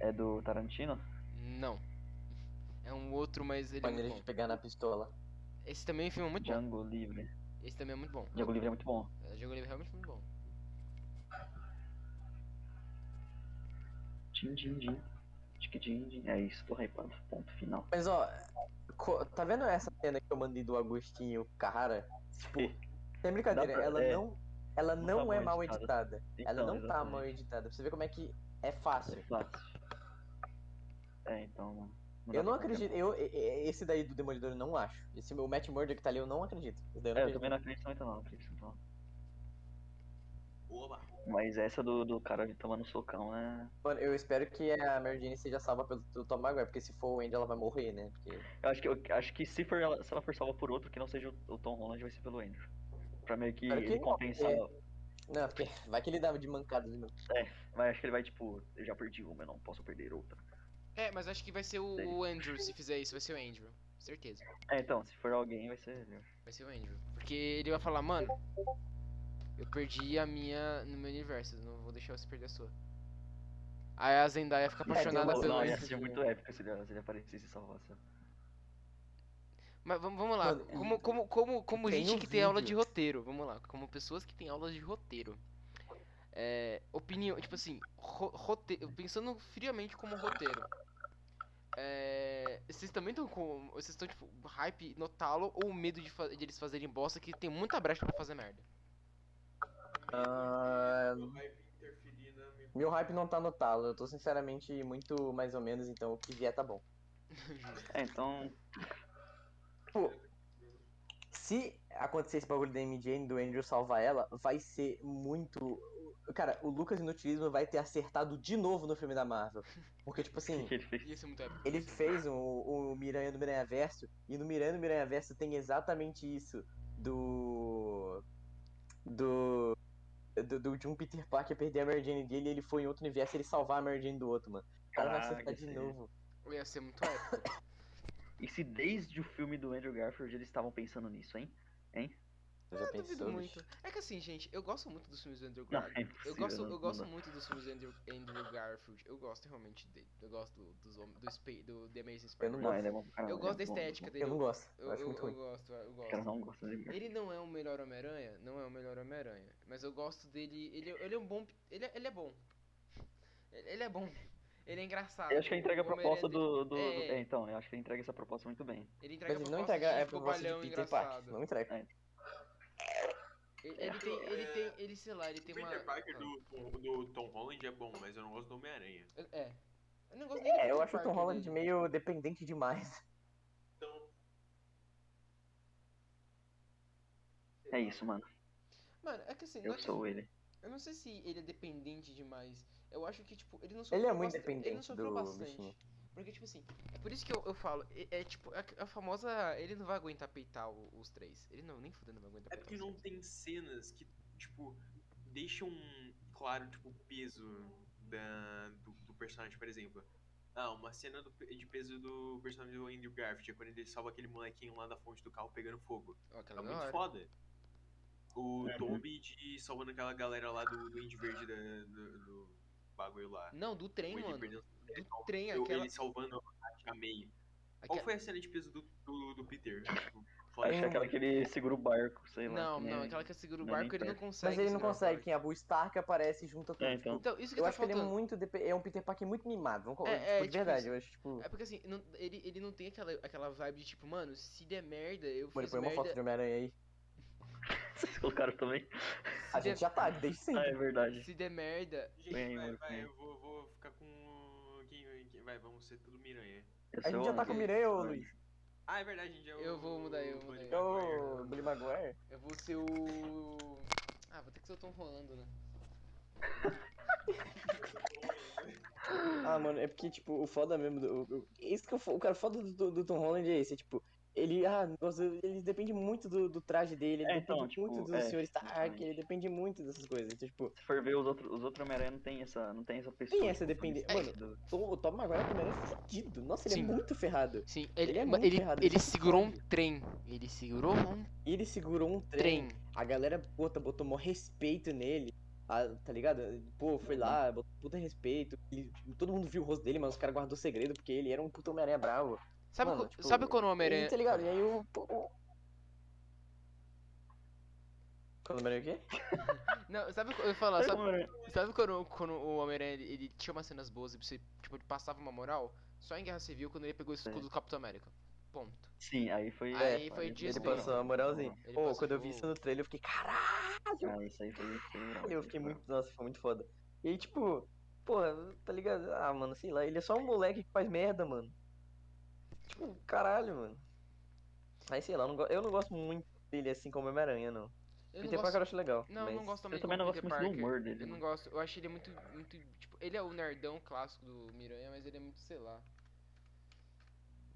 C: É do Tarantino?
A: Não. É um outro, mas ele é
B: Maneira
A: muito
B: de
A: bom.
B: pegar na pistola.
A: Esse também é um filme muito bom.
C: Django Livre.
A: Esse também é muito bom.
C: Django Livre é muito bom.
A: O jogo livre é realmente muito bom.
C: Tchim, tchim, tchim. Tchic, tchim, tchim. É isso, tô hypado. Ponto final.
B: Mas ó, co- tá vendo essa cena que eu mandei do Agostinho Carrara? Tipo, sem brincadeira,
C: Dá pra-
B: ela
C: é.
B: não. Ela
C: Não
B: não
C: tá
B: é
C: mal
B: mal
C: editada.
B: editada. Ela
C: Então,
B: não tá
C: exatamente.
B: mal editada. Pra você ver como é que é fácil.
C: É fácil. É, então, mano. dá
B: Eu não
C: pra qualquer-
B: acredito. Eu, e- e- esse daí do Demolidor eu não acho. Esse meu Matt Murder que tá ali, eu não acredito. Esse daí eu não
C: É, eu também
B: acredito.
C: não acredito muito não, não acredito muito não.
F: Oba!
C: Mas essa do, do cara tomando socão é.
B: Mano, eu espero que a Mary Jane seja salva pelo pelo Tom Maguire, porque se for o Andy ela vai morrer, né? Porque...
C: Eu acho que, eu acho que se, for ela, se ela for salva por outro que não seja o, o Tom Holland, vai ser pelo Andrew. Pra meio que
B: Cara,
C: ele
B: que é? não,
C: compensar.
B: Não, porque vai que ele dava de mancada né, ali no.
C: Mas acho que ele vai tipo, eu já perdi uma, eu não posso perder outra.
A: É, mas acho que vai ser o,
C: Sei.
A: o Andrew se fizer isso, vai ser o Andrew. Certeza.
C: É, então, se for alguém, vai ser.
A: Vai ser o Andrew. Porque ele vai falar, mano, eu perdi a minha no meu universo, não vou deixar você perder a sua. Aí a Zendaya
C: É,
A: fica
B: tem
A: apaixonada
B: uma-
A: pelo
C: não,
B: menos
C: ia
A: Andrew.
B: isso
C: ser
B: de-
C: muito épico se ele, se ele aparecesse e salvasse.
A: Mas vamos, vamos lá,
B: Mano,
A: como, como, como, como
B: tem
A: gente
B: um
A: que tem aula de
B: vídeo.
A: roteiro, vamos lá, como pessoas que têm aula de roteiro. É, opinião, tipo assim, ro roteiro, pensando friamente como roteiro. É, vocês também estão com. Vocês estão, tipo, hype no talo ou medo de, fa- de eles fazerem bosta que tem muita brecha pra fazer merda?
B: Ah,
F: Meu hype interferir na minha-
B: meu hype não tá no talo. Eu tô sinceramente muito mais ou menos, então o que vier tá bom.
C: É, então.
B: Tipo, se acontecer esse bagulho da MJ do Andrew salvar ela, vai ser muito. Cara, o Lucas Inutilismo vai ter acertado de novo no filme da Marvel. Porque, tipo assim,
C: que ele fez?
A: Ia ser muito épico.
B: ele fez o, o Miranha do Miranha Verso, e no Miranha do Miranha Verso tem exatamente isso do. Do. Do, do, de um Peter Parker perder a Mary Jane dele e ele foi em outro universo e ele salvar a Mary Jane do outro, mano. O cara vai
C: Caraca,
B: acertar de
C: esse-
B: novo.
A: Ia ser muito épico.
C: E se desde o filme do Andrew Garfield eles estavam pensando nisso, hein?
B: Eu
A: Ah,
B: já
A: duvido
B: pensou, bicho?
A: muito. É que assim, gente, eu gosto muito dos filmes do Andrew
C: Não,
A: Garfield.
C: é
A: Eu
C: impossível,
A: gosto,
C: não-
A: eu
C: não
A: gosto
C: dá.
A: muito dos filmes do Andrew, Andrew Garfield. Eu gosto realmente dele. Eu gosto do, dos homens do, Spa- do The Amazing
B: não né?
A: Spider-Man.
C: Não, ele é bom. pra caramba,
A: Eu
C: ele é
A: gosto da
C: bom, ele é
A: estética
C: bom.
A: dele.
B: Eu não gosto. Eu,
A: eu,
B: acho muito
A: eu
B: ruim.
A: gosto, eu
C: O cara
A: gosto.
C: não gosta dele.
A: Ele não é o melhor Homem-Aranha, não é o melhor Homem-Aranha, mas eu gosto dele, ele, ele é um bom, ele, é- ele é bom. Ele ele é bom. Ele é engraçado.
C: Eu acho que ele entrega a
A: O Homem-Aranha
C: proposta
A: dele-
C: do. do- do-
A: É.
C: É, então, eu acho que ele entrega essa proposta muito bem.
A: Ele entrega
B: Mas ele
A: a
B: não
A: proposta
B: entrega
A: de
B: a proposta de
A: bobalhão
B: Peter
A: engraçado.
B: Parker. Não entrega. é
A: Ele,
C: É.
A: ele tem, ele tem, ele sei lá, ele tem uma
F: Peter Parker
A: ah,
F: do, do Tom Holland é bom, mas eu não gosto do Homem-Aranha.
A: É. Eu não gosto nem do
B: É, eu
A: Peter
B: acho o Tom
A: Parker
B: Holland
A: dele.
B: meio dependente demais.
F: Então.
C: É isso, mano.
A: Mano, é que assim, não
C: Eu
A: é que-
C: sou ele.
A: Eu não sei se ele é dependente demais. Eu acho que, tipo, ele não sofreu
B: Ele é muito
A: basta- Ele não
B: dependente
A: sofreu
B: do
A: bastante.
B: bichinho.
A: Porque, tipo assim, é por isso que eu, eu falo, é, é tipo, a, a famosa. Ele não vai aguentar peitar o- os três. Ele não, nem fudendo vai aguentar
F: É
A: peitar
F: porque
A: os
F: não
A: três.
F: tem cenas que, tipo, deixam claro, tipo, o peso da, do, do personagem, por exemplo. Ah, uma cena do pe- de peso do personagem do Andrew Garfield, é quando ele salva aquele molequinho lá da fonte do carro pegando fogo.
A: Ó, aquela
F: É
A: Tá da
F: muito
A: hora.
F: foda. O
C: Uhum.
F: Toby de salvando aquela galera lá do Duende Verde da, do, do bagulho lá.
A: Não, do trem,
F: O Andy
A: mano.
F: perdendo-
A: Do trem,
F: Eu-
A: aquela.
F: Ele salvando a May. Qual
A: aquela...
F: foi a cena de peso do, do, do Peter? Tipo,
C: Eu
F: fora-
C: acho que é aquela que ele segura o barco, sei lá.
A: Não,
B: É.
C: que nem-
A: não, aquela que segura o
C: Não, nem
A: barco ele não
C: perto.
A: consegue.
B: Mas ele não
A: segurar o
B: consegue.
A: barco.
B: Quem é o Stark aparece e junta tudo.
C: É, então.
A: Então, isso que
B: Eu
A: tá
B: acho que ele é
A: faltando.
B: muito. depe- É um Peter Parker muito mimado. Vamos colocar.
A: É, é,
B: tipo, de
A: tipo
B: verdade,
A: isso.
B: eu acho, tipo.
A: É porque assim, não- ele, ele não tem aquela, aquela vibe de tipo, mano, se der merda, eu
B: Mano,
A: fiz
B: põe uma
A: merda.
B: foto de Homem-Aranha aí.
C: Vocês colocaram também?
B: A
A: Se der-
B: gente já tá, desde
C: Ah,
B: sempre.
C: é verdade.
A: Se der merda,
F: Gente,
C: Bem,
F: vai,
C: muito
F: vai,
C: bem.
F: eu vou, vou ficar com. Quem, quem- vai, vamos ser tudo Miranha.
C: Eu
B: A gente
C: sou
B: já tá
C: Andy.
B: com o Miranha, ô
C: Ai.
B: Luiz.
F: Ah, é verdade, gente.
A: Eu vou mudar, eu vou
F: vou
A: mudar.
B: Ô, Billy Maguire.
A: Eu vou ser o. Ah, vou ter que ser o Tom Rolando, né?
B: Ah, mano, é porque, tipo, o foda mesmo do. o- o- Isso que eu, fo- o cara o foda do, do Tom Holland é esse, é, tipo. Ele, ah, nossa, ele depende muito do, do traje dele, ele
C: É, então,
B: depende
C: tipo,
B: muito do
C: é,
B: senhor Stark,
C: exatamente.
B: ele depende muito dessas coisas. Então, tipo,
C: Se for ver os outros, os outros Homem-Aranha não tem essa, não tem essa pessoa.
B: Tem essa
C: tipo,
B: depende-
C: do-
B: mano,
C: do-
B: o o Tom Maguire também é fudido. Nossa, ele
A: Sim.
B: é muito ferrado.
A: Sim,
B: ele- Ele é muito ele- errado, ele ele é segurou um foda.
A: trem. Ele segurou um
B: E ele segurou um trem. A galera puta, botou mó respeito nele. Ah, tá ligado? Pô, foi lá,
A: Uhum.
B: botou puta respeito. Ele- todo mundo viu o rosto dele, mas os caras guardou segredo porque ele era um puta Homem-Aranha bravo.
A: Sabe,
B: Mano,
A: co-
B: tipo,
A: sabe quando o Homem-Aranha.
B: E, Tá ligado? E aí o. o- Quando o Homem-Aranha o quê? tá
A: Não, sabe co- eu ia falar,
C: Sabe
A: sabe,
C: como era?
A: sabe quando, quando o Homem-Aranha ele, ele tinha umas cenas boas e você, tipo, ele passava uma moral? Só em Guerra Civil quando ele pegou o
B: É.
A: escudo do Capitão América. Ponto.
C: Sim, aí foi.
A: Aí foi
B: Ele
A: Despeito.
B: passou a moralzinha.
A: Ele
B: Pô,
A: passou
B: quando eu vi
A: o-
B: isso no trailer, eu fiquei, caralho.
C: Ah, isso aí foi. foi bravo,
B: Eu fiquei
C: foi
B: muito. Nossa, foi muito foda. E aí, tipo, porra, tá ligado? Ah, mano, sei lá, ele é só um moleque que faz merda, mano. Tipo, caralho, mano. Aí, sei lá, eu não, go- eu não gosto muito dele assim como Homem-Aranha, não.
A: Eu não
B: Peter
A: gosto...
B: Parker eu acho legal.
A: Não, eu
B: mas...
A: não gosto
C: bravo.
A: também
C: Eu também não
A: como
C: gosto
A: Peter
C: muito do
A: Parker.
C: humor dele.
A: Eu não gosto, eu acho ele muito, muito, tipo, ele é o nerdão clássico do Miranha, mas ele é muito, sei lá.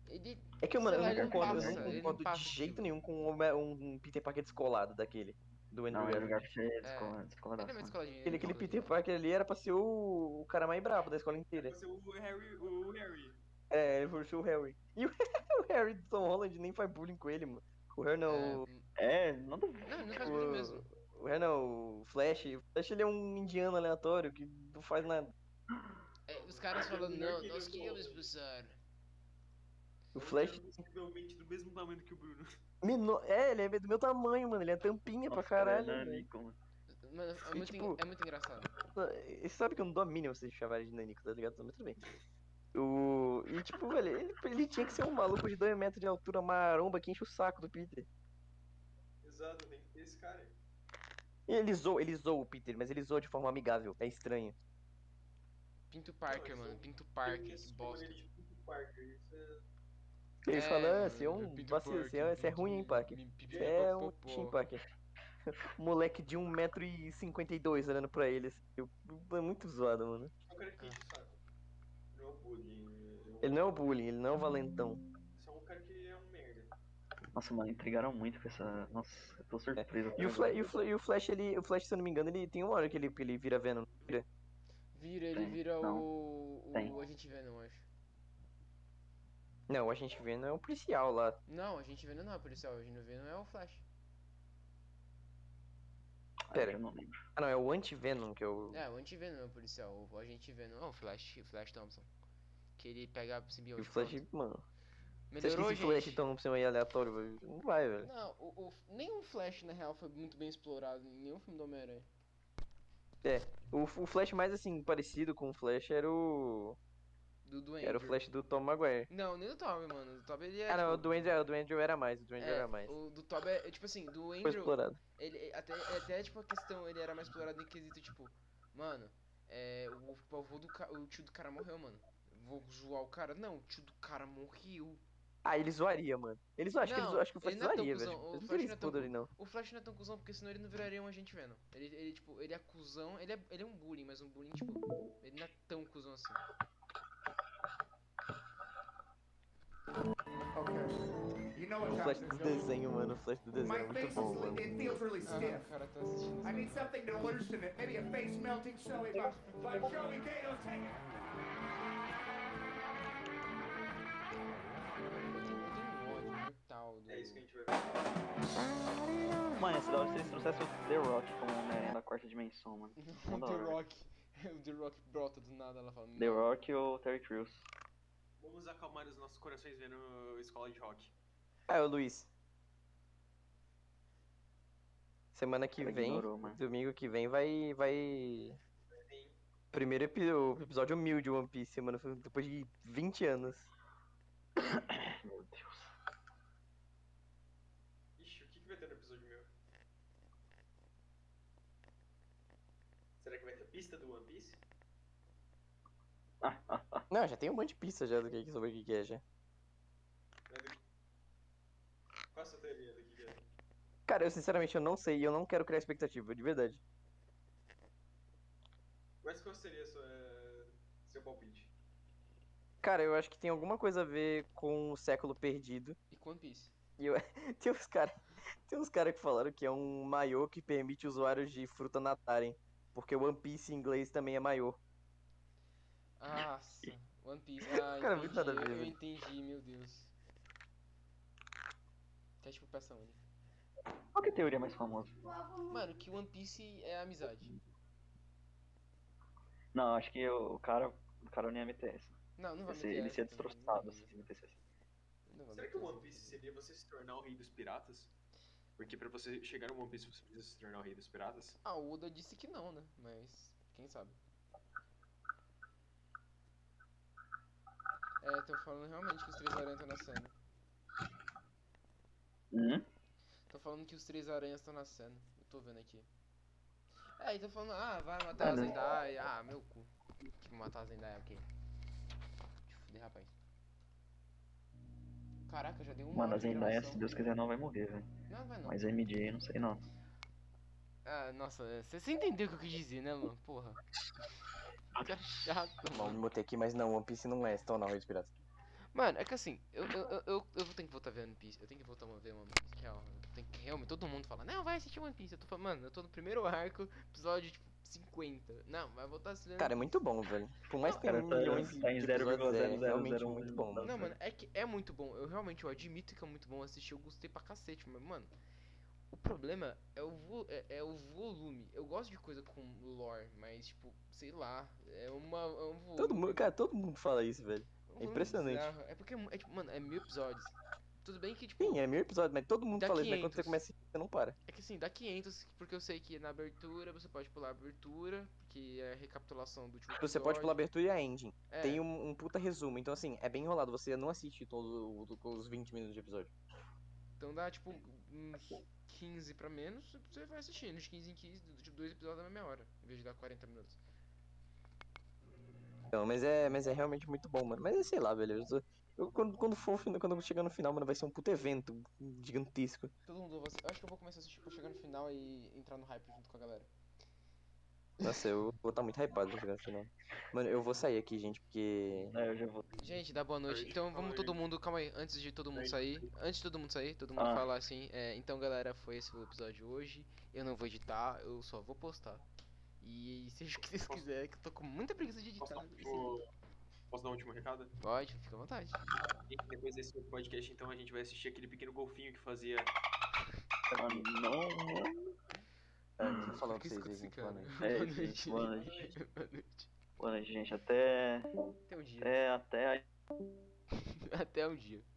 A: Ele,
B: É que, mano,
A: Sei lá,
B: eu
A: ele
B: não
A: não
B: concordo,
C: passa,
B: eu
A: ele
B: não
A: não
B: concordo
A: passa,
B: de jeito
A: tipo.
B: nenhum com um, Homem- um Peter Parker descolado daquele. Do Andrew
C: Não, era o
B: Garfield.
C: Garfield é
A: É.
C: descola-
A: ele é
C: descoladaço.
A: mais
C: mano.
A: coladinho.
B: Aquele, aquele Peter Parker ali era pra ser o, o cara mais brabo da escola inteira.
F: Vai ser o Harry. O Harry.
B: É, ele puxou o Harry. E o, o Harry do Tom Holland nem faz bullying com ele, mano. O Harry não.
A: É,
C: É, nada.
A: Não, ele não faz bullying mesmo.
B: O, o Renan, o Flash, o Flash ele é um indiano aleatório que não faz nada.
A: É, os caras falando,
F: melhor
A: não,
F: que
A: nós
F: ele
A: queremos
F: volta."
A: expulsar.
B: O Flash.
F: tá Possivelmente do mesmo tamanho que o Bruno.
B: Menor, é, ele é do meu tamanho, mano. Ele é tampinha pra
C: Nossa, cara,
B: caralho.
C: ele é
B: velho.
C: nanico, mano.
A: Mano, é muito, en-
B: tipo-
A: é muito engraçado.
B: Você sabe que eu não dou a mínima pra vocês chamarem de Nanico, tá ligado? Mas tudo bem. O... E tipo, velho, ele, ele tinha que ser um maluco de 2 metros de altura, maromba, que enche o saco do Peter.
F: Exato, tem que ter esse cara.
B: E ele zoou, ele zoou o Peter, mas ele zoou de forma amigável. É estranho.
A: Pinto Parker,
F: Não,
A: mano,
F: isso-
A: Pinto Parker, que bosta.
F: Parker, isso é...
B: Eles
A: É,
B: falam, ah,
A: mano,
B: você é um
A: Peter
B: vacilo,
A: Pork,
B: você é, você é
A: Pete-
B: ruim, hein, Pac?
A: me- Peter
B: Você é um
A: Popopó.
B: Tim Pac. Moleque de 1,52m olhando pra eles. É muito zoado, mano.
F: Eu quero que isso, sabe? Não é o bullying.
B: Ele não é o bullying, ele não é o valentão.
F: Só um cara que é um merda.
C: Nossa, mano, intrigaram muito com essa. Nossa, eu tô surpreso. até
A: É
B: É. E o, Fla-
C: agora.
B: e o Fla- e o Flash, ele, o Flash, se eu não me engano, ele tem uma hora que ele, que ele vira Venom.
A: Vira, ele
C: Tem,
A: vira
C: não.
A: o. o
C: Tem.
A: Agente Venom, acho.
B: Não, a gente vê, não é um policial lá.
A: Não, Agente Venom não é policial, o Agente Venom é o Flash.
C: Ah,
B: pera.
C: Eu não lembro.
B: Ah, não, é o anti-Venom que eu...
A: É, o Agente Venom é o policial, o Agente Venom é o Flash, Flash Thompson. Que ele pega a
B: E o
A: simbiótico.
B: Flash,
A: pronto.
B: mano... Você acha que
A: Melhorou,
B: esse Flash
A: gente?
B: toma um aí aleatório? velho? Não vai, velho.
A: Não, o, o, nenhum Flash na real foi muito bem explorado em nenhum filme do Homem-Aranha.
B: O, o Flash mais, assim, parecido com o Flash era o...
A: Do Duende.
B: Era o Flash do Tom Maguire.
A: Não, nem do Toby, mano. Do Toby ele é.
B: Ah, não, o
A: tipo,
B: do Andrew, o do Andrew era mais, o do Andrew
A: é,
B: era mais.
A: O do Toby é, é tipo assim, do
B: Foi
A: Andrew.
B: explorado.
A: Ele, ele- até, até tipo a questão, ele era mais explorado em quesito, tipo, mano, é, o, o, avô do, ca- o tio do cara morreu, mano. Vou zoar o cara? Não, o tio do cara morreu.
B: Ah, ele zoaria, mano. Ele zoa, acho que ele
A: Não,
B: zoa, acho que o
A: ele
B: Flash
A: não é tão
B: zoaria, velho.
A: cuzão, o
B: Tipo,
A: Flash
B: Não teria
A: não é
B: esse
A: tão
B: poder, não.
A: O Flash não é tão cuzão porque senão ele não viraria um agente Venom. Ele, ele tipo, ele é cuzão, ele é, ele é um bullying, mas um bullying, tipo, ele não é tão cuzão assim.
I: Okay. You know
B: O
I: what time
B: Flash
I: it
B: do
I: is, don't you?
B: desenho, mano. O Flash do desenho
I: My
B: é muito
I: face
B: bom,
I: is,
B: mano.
I: li- it feels really stiff.
A: o cara tá assistindo.
I: I need something to loosen it. Maybe a face melting Shelly box. But Joey Gale, take it.
A: Eu tenho, eu tenho um ódio mortal do.
F: É isso que a gente vai ver.
C: Mano, se dava se eles trouxessem o The Rock como Homem-Aranha da quarta dimensão, mano.
A: O
C: Não,
A: The
C: não, velho.
A: Rock. O The Rock brota do nada ela fala.
C: The Rock ou Terry Crews?
F: Vamos acalmar os nossos corações vendo escola de rock.
B: Ah, é o Luiz. Semana que
C: Ela
B: vem,
C: ignorou, mano.
B: domingo que vem, vai. vai... Primeiro epi- o episódio humilde de One Piece, mano. foi Depois de 20 anos.
C: Meu Deus.
F: Ixi, o que, que vai ter no episódio meu? Será que vai ter pista do One Piece?
B: Não, já tem um monte de pista já do que, sobre o que que é já.
F: Vai ter- Qual a sua teoria daqui, Guilherme?
B: Cara, eu sinceramente eu não sei e eu não quero criar expectativa, de verdade.
F: Mas qual seria a sua... seu palpite?
B: Cara, eu acho que tem alguma coisa a ver com o século perdido.
A: E com One Piece.
B: Tem uns cara, tem uns cara que falaram que é um maiô que permite usuários de fruta natarem, porque o One Piece em inglês também é maiô.
A: Nossa. One Piece. Ah,
B: Cara, muito
A: entendi.
B: nada a ver,
A: eu, eu
B: velho.
A: entendi, meu Deus. Tá tipo peça única.
C: Qual que é a teoria mais famosa?
A: Mano, que One Piece é amizade.
C: Não, acho que o o cara. O cara nem ia meter essa.
A: Não, não vai
C: assim. Esse-
A: meter
C: Ele
A: essa,
C: ia
A: então,
C: destroçado assim,
A: não
C: se
A: vai
C: ele metesse essa.
A: meter. Não vai
F: Será
A: meter
F: que o
A: essa.
F: One Piece seria você se tornar o rei dos piratas? Porque pra você chegar no One Piece você precisa se tornar o rei dos piratas?
A: A Ah, Oda disse que não, né? Mas quem sabe. É, tô falando realmente que os três aranhas estão nascendo.
C: Hum?
A: Tô falando que os três aranhas estão nascendo. Eu tô vendo aqui. É, e tô falando, ah, vai matar
C: Ah,
A: a
C: não.
A: Zendaya. Ah, meu cu. Que matar a Zendaya, ok. Deixa eu fuder, rapaz. Caraca, já deu uma
C: Mano, a
A: hora de
C: Zendaya,
A: gravação.
C: se Deus quiser, não vai morrer, velho.
A: Não, vai não.
C: Mas a MJ, não sei não.
A: Ah, nossa, é, você você entendeu o que eu quis dizer, né, Luan? Porra. Cara chato,
B: Bom, me botei aqui, mas não, One Piece não é Stone Rei dos Piratas.
A: Mano, é que assim, eu, eu, eu, eu, eu tenho que voltar a ver One Piece, eu tenho que voltar a ver One Piece, real. Eu tenho que realmente, todo mundo fala, não, vai assistir One Piece. Eu tô falando, mano, eu tô no primeiro arco, episódio, tipo, 50. Não, vai voltar a assistir.
B: Cara, é muito bom, velho. Por mais que tenha
C: Cara, tá-
B: milhões
C: tá em
B: de episódios, é
C: 0,001
B: realmente muito bom, mano.
A: Não, mano, é que é muito bom. Eu realmente, eu admito que é muito bom assistir, eu gostei pra cacete, mas, mano... O problema é o, vo- é, é o volume. Eu gosto de coisa com lore, mas, tipo, sei lá, é, uma, é um volume.
B: Todo mundo, cara, todo mundo fala isso, velho.
A: um volume
B: impressionante.
A: bizarro. É porque, é mu- é, tipo, mano, é mil episódios. Tudo bem que, tipo,
B: Sim, é mil episódios, mas todo mundo
A: Dá
B: fala isso, mas quando você
A: 500.
B: começa a assistir, você não para.
A: É que assim, dá 500, porque eu sei que na abertura você pode pular a abertura, que é a recapitulação do último
B: Você pode pular a abertura e a ending.
A: É,
B: Tem um, um puta resumo, então assim, é bem enrolado, você não assiste todos os 20 minutos de episódio.
A: Então dá tipo uns 15 pra menos, você vai assistindo de 15 em 15, do- tipo dois episódios da mesma hora, em vez de dar 40 minutos.
B: Então, mas é, mas é realmente muito bom, mano. Mas é, sei lá, velho. Eu, sou- Eu- quando, quando for o fina- quando eu chegar no final, mano, vai ser um puto evento gigantesco.
A: Todo mundo, você- eu acho que eu vou começar a assistir pra chegar no final e entrar no hype junto com a galera.
B: Nossa, eu vou estar muito hypado pra chegar no final. Mano, eu vou sair aqui, gente, porque.
C: É, eu já vou.
A: Gente, dá boa noite.
F: Oi,
A: Então
F: fala
A: vamos
F: aí.
A: todo mundo, calma aí, antes de todo mundo
F: Oi.
A: sair, antes de todo mundo sair, todo mundo
C: Ah.
A: falar assim, é, então galera, foi esse o episódio de hoje. Eu não vou editar, eu só vou postar. E seja o que vocês
F: Posso-
A: quiserem, que eu tô com muita preguiça de
F: Posso
A: editar.
F: dar, um último- posso dar um último recado?
A: Pode, fica à vontade.
F: E depois desse podcast, então, a gente vai assistir aquele pequeno golfinho que fazia.
C: Ah, não.
B: Ah, tô falando pra
A: Fica
B: vocês,
A: escutando
B: gente,
A: esse cara.
B: boa noite.
C: É,
A: Boa noite.
C: gente, boa noite.
A: Boa noite.
C: Boa noite, gente. Até.
F: É.
A: Até um dia.
C: Até, até a
A: Até um dia.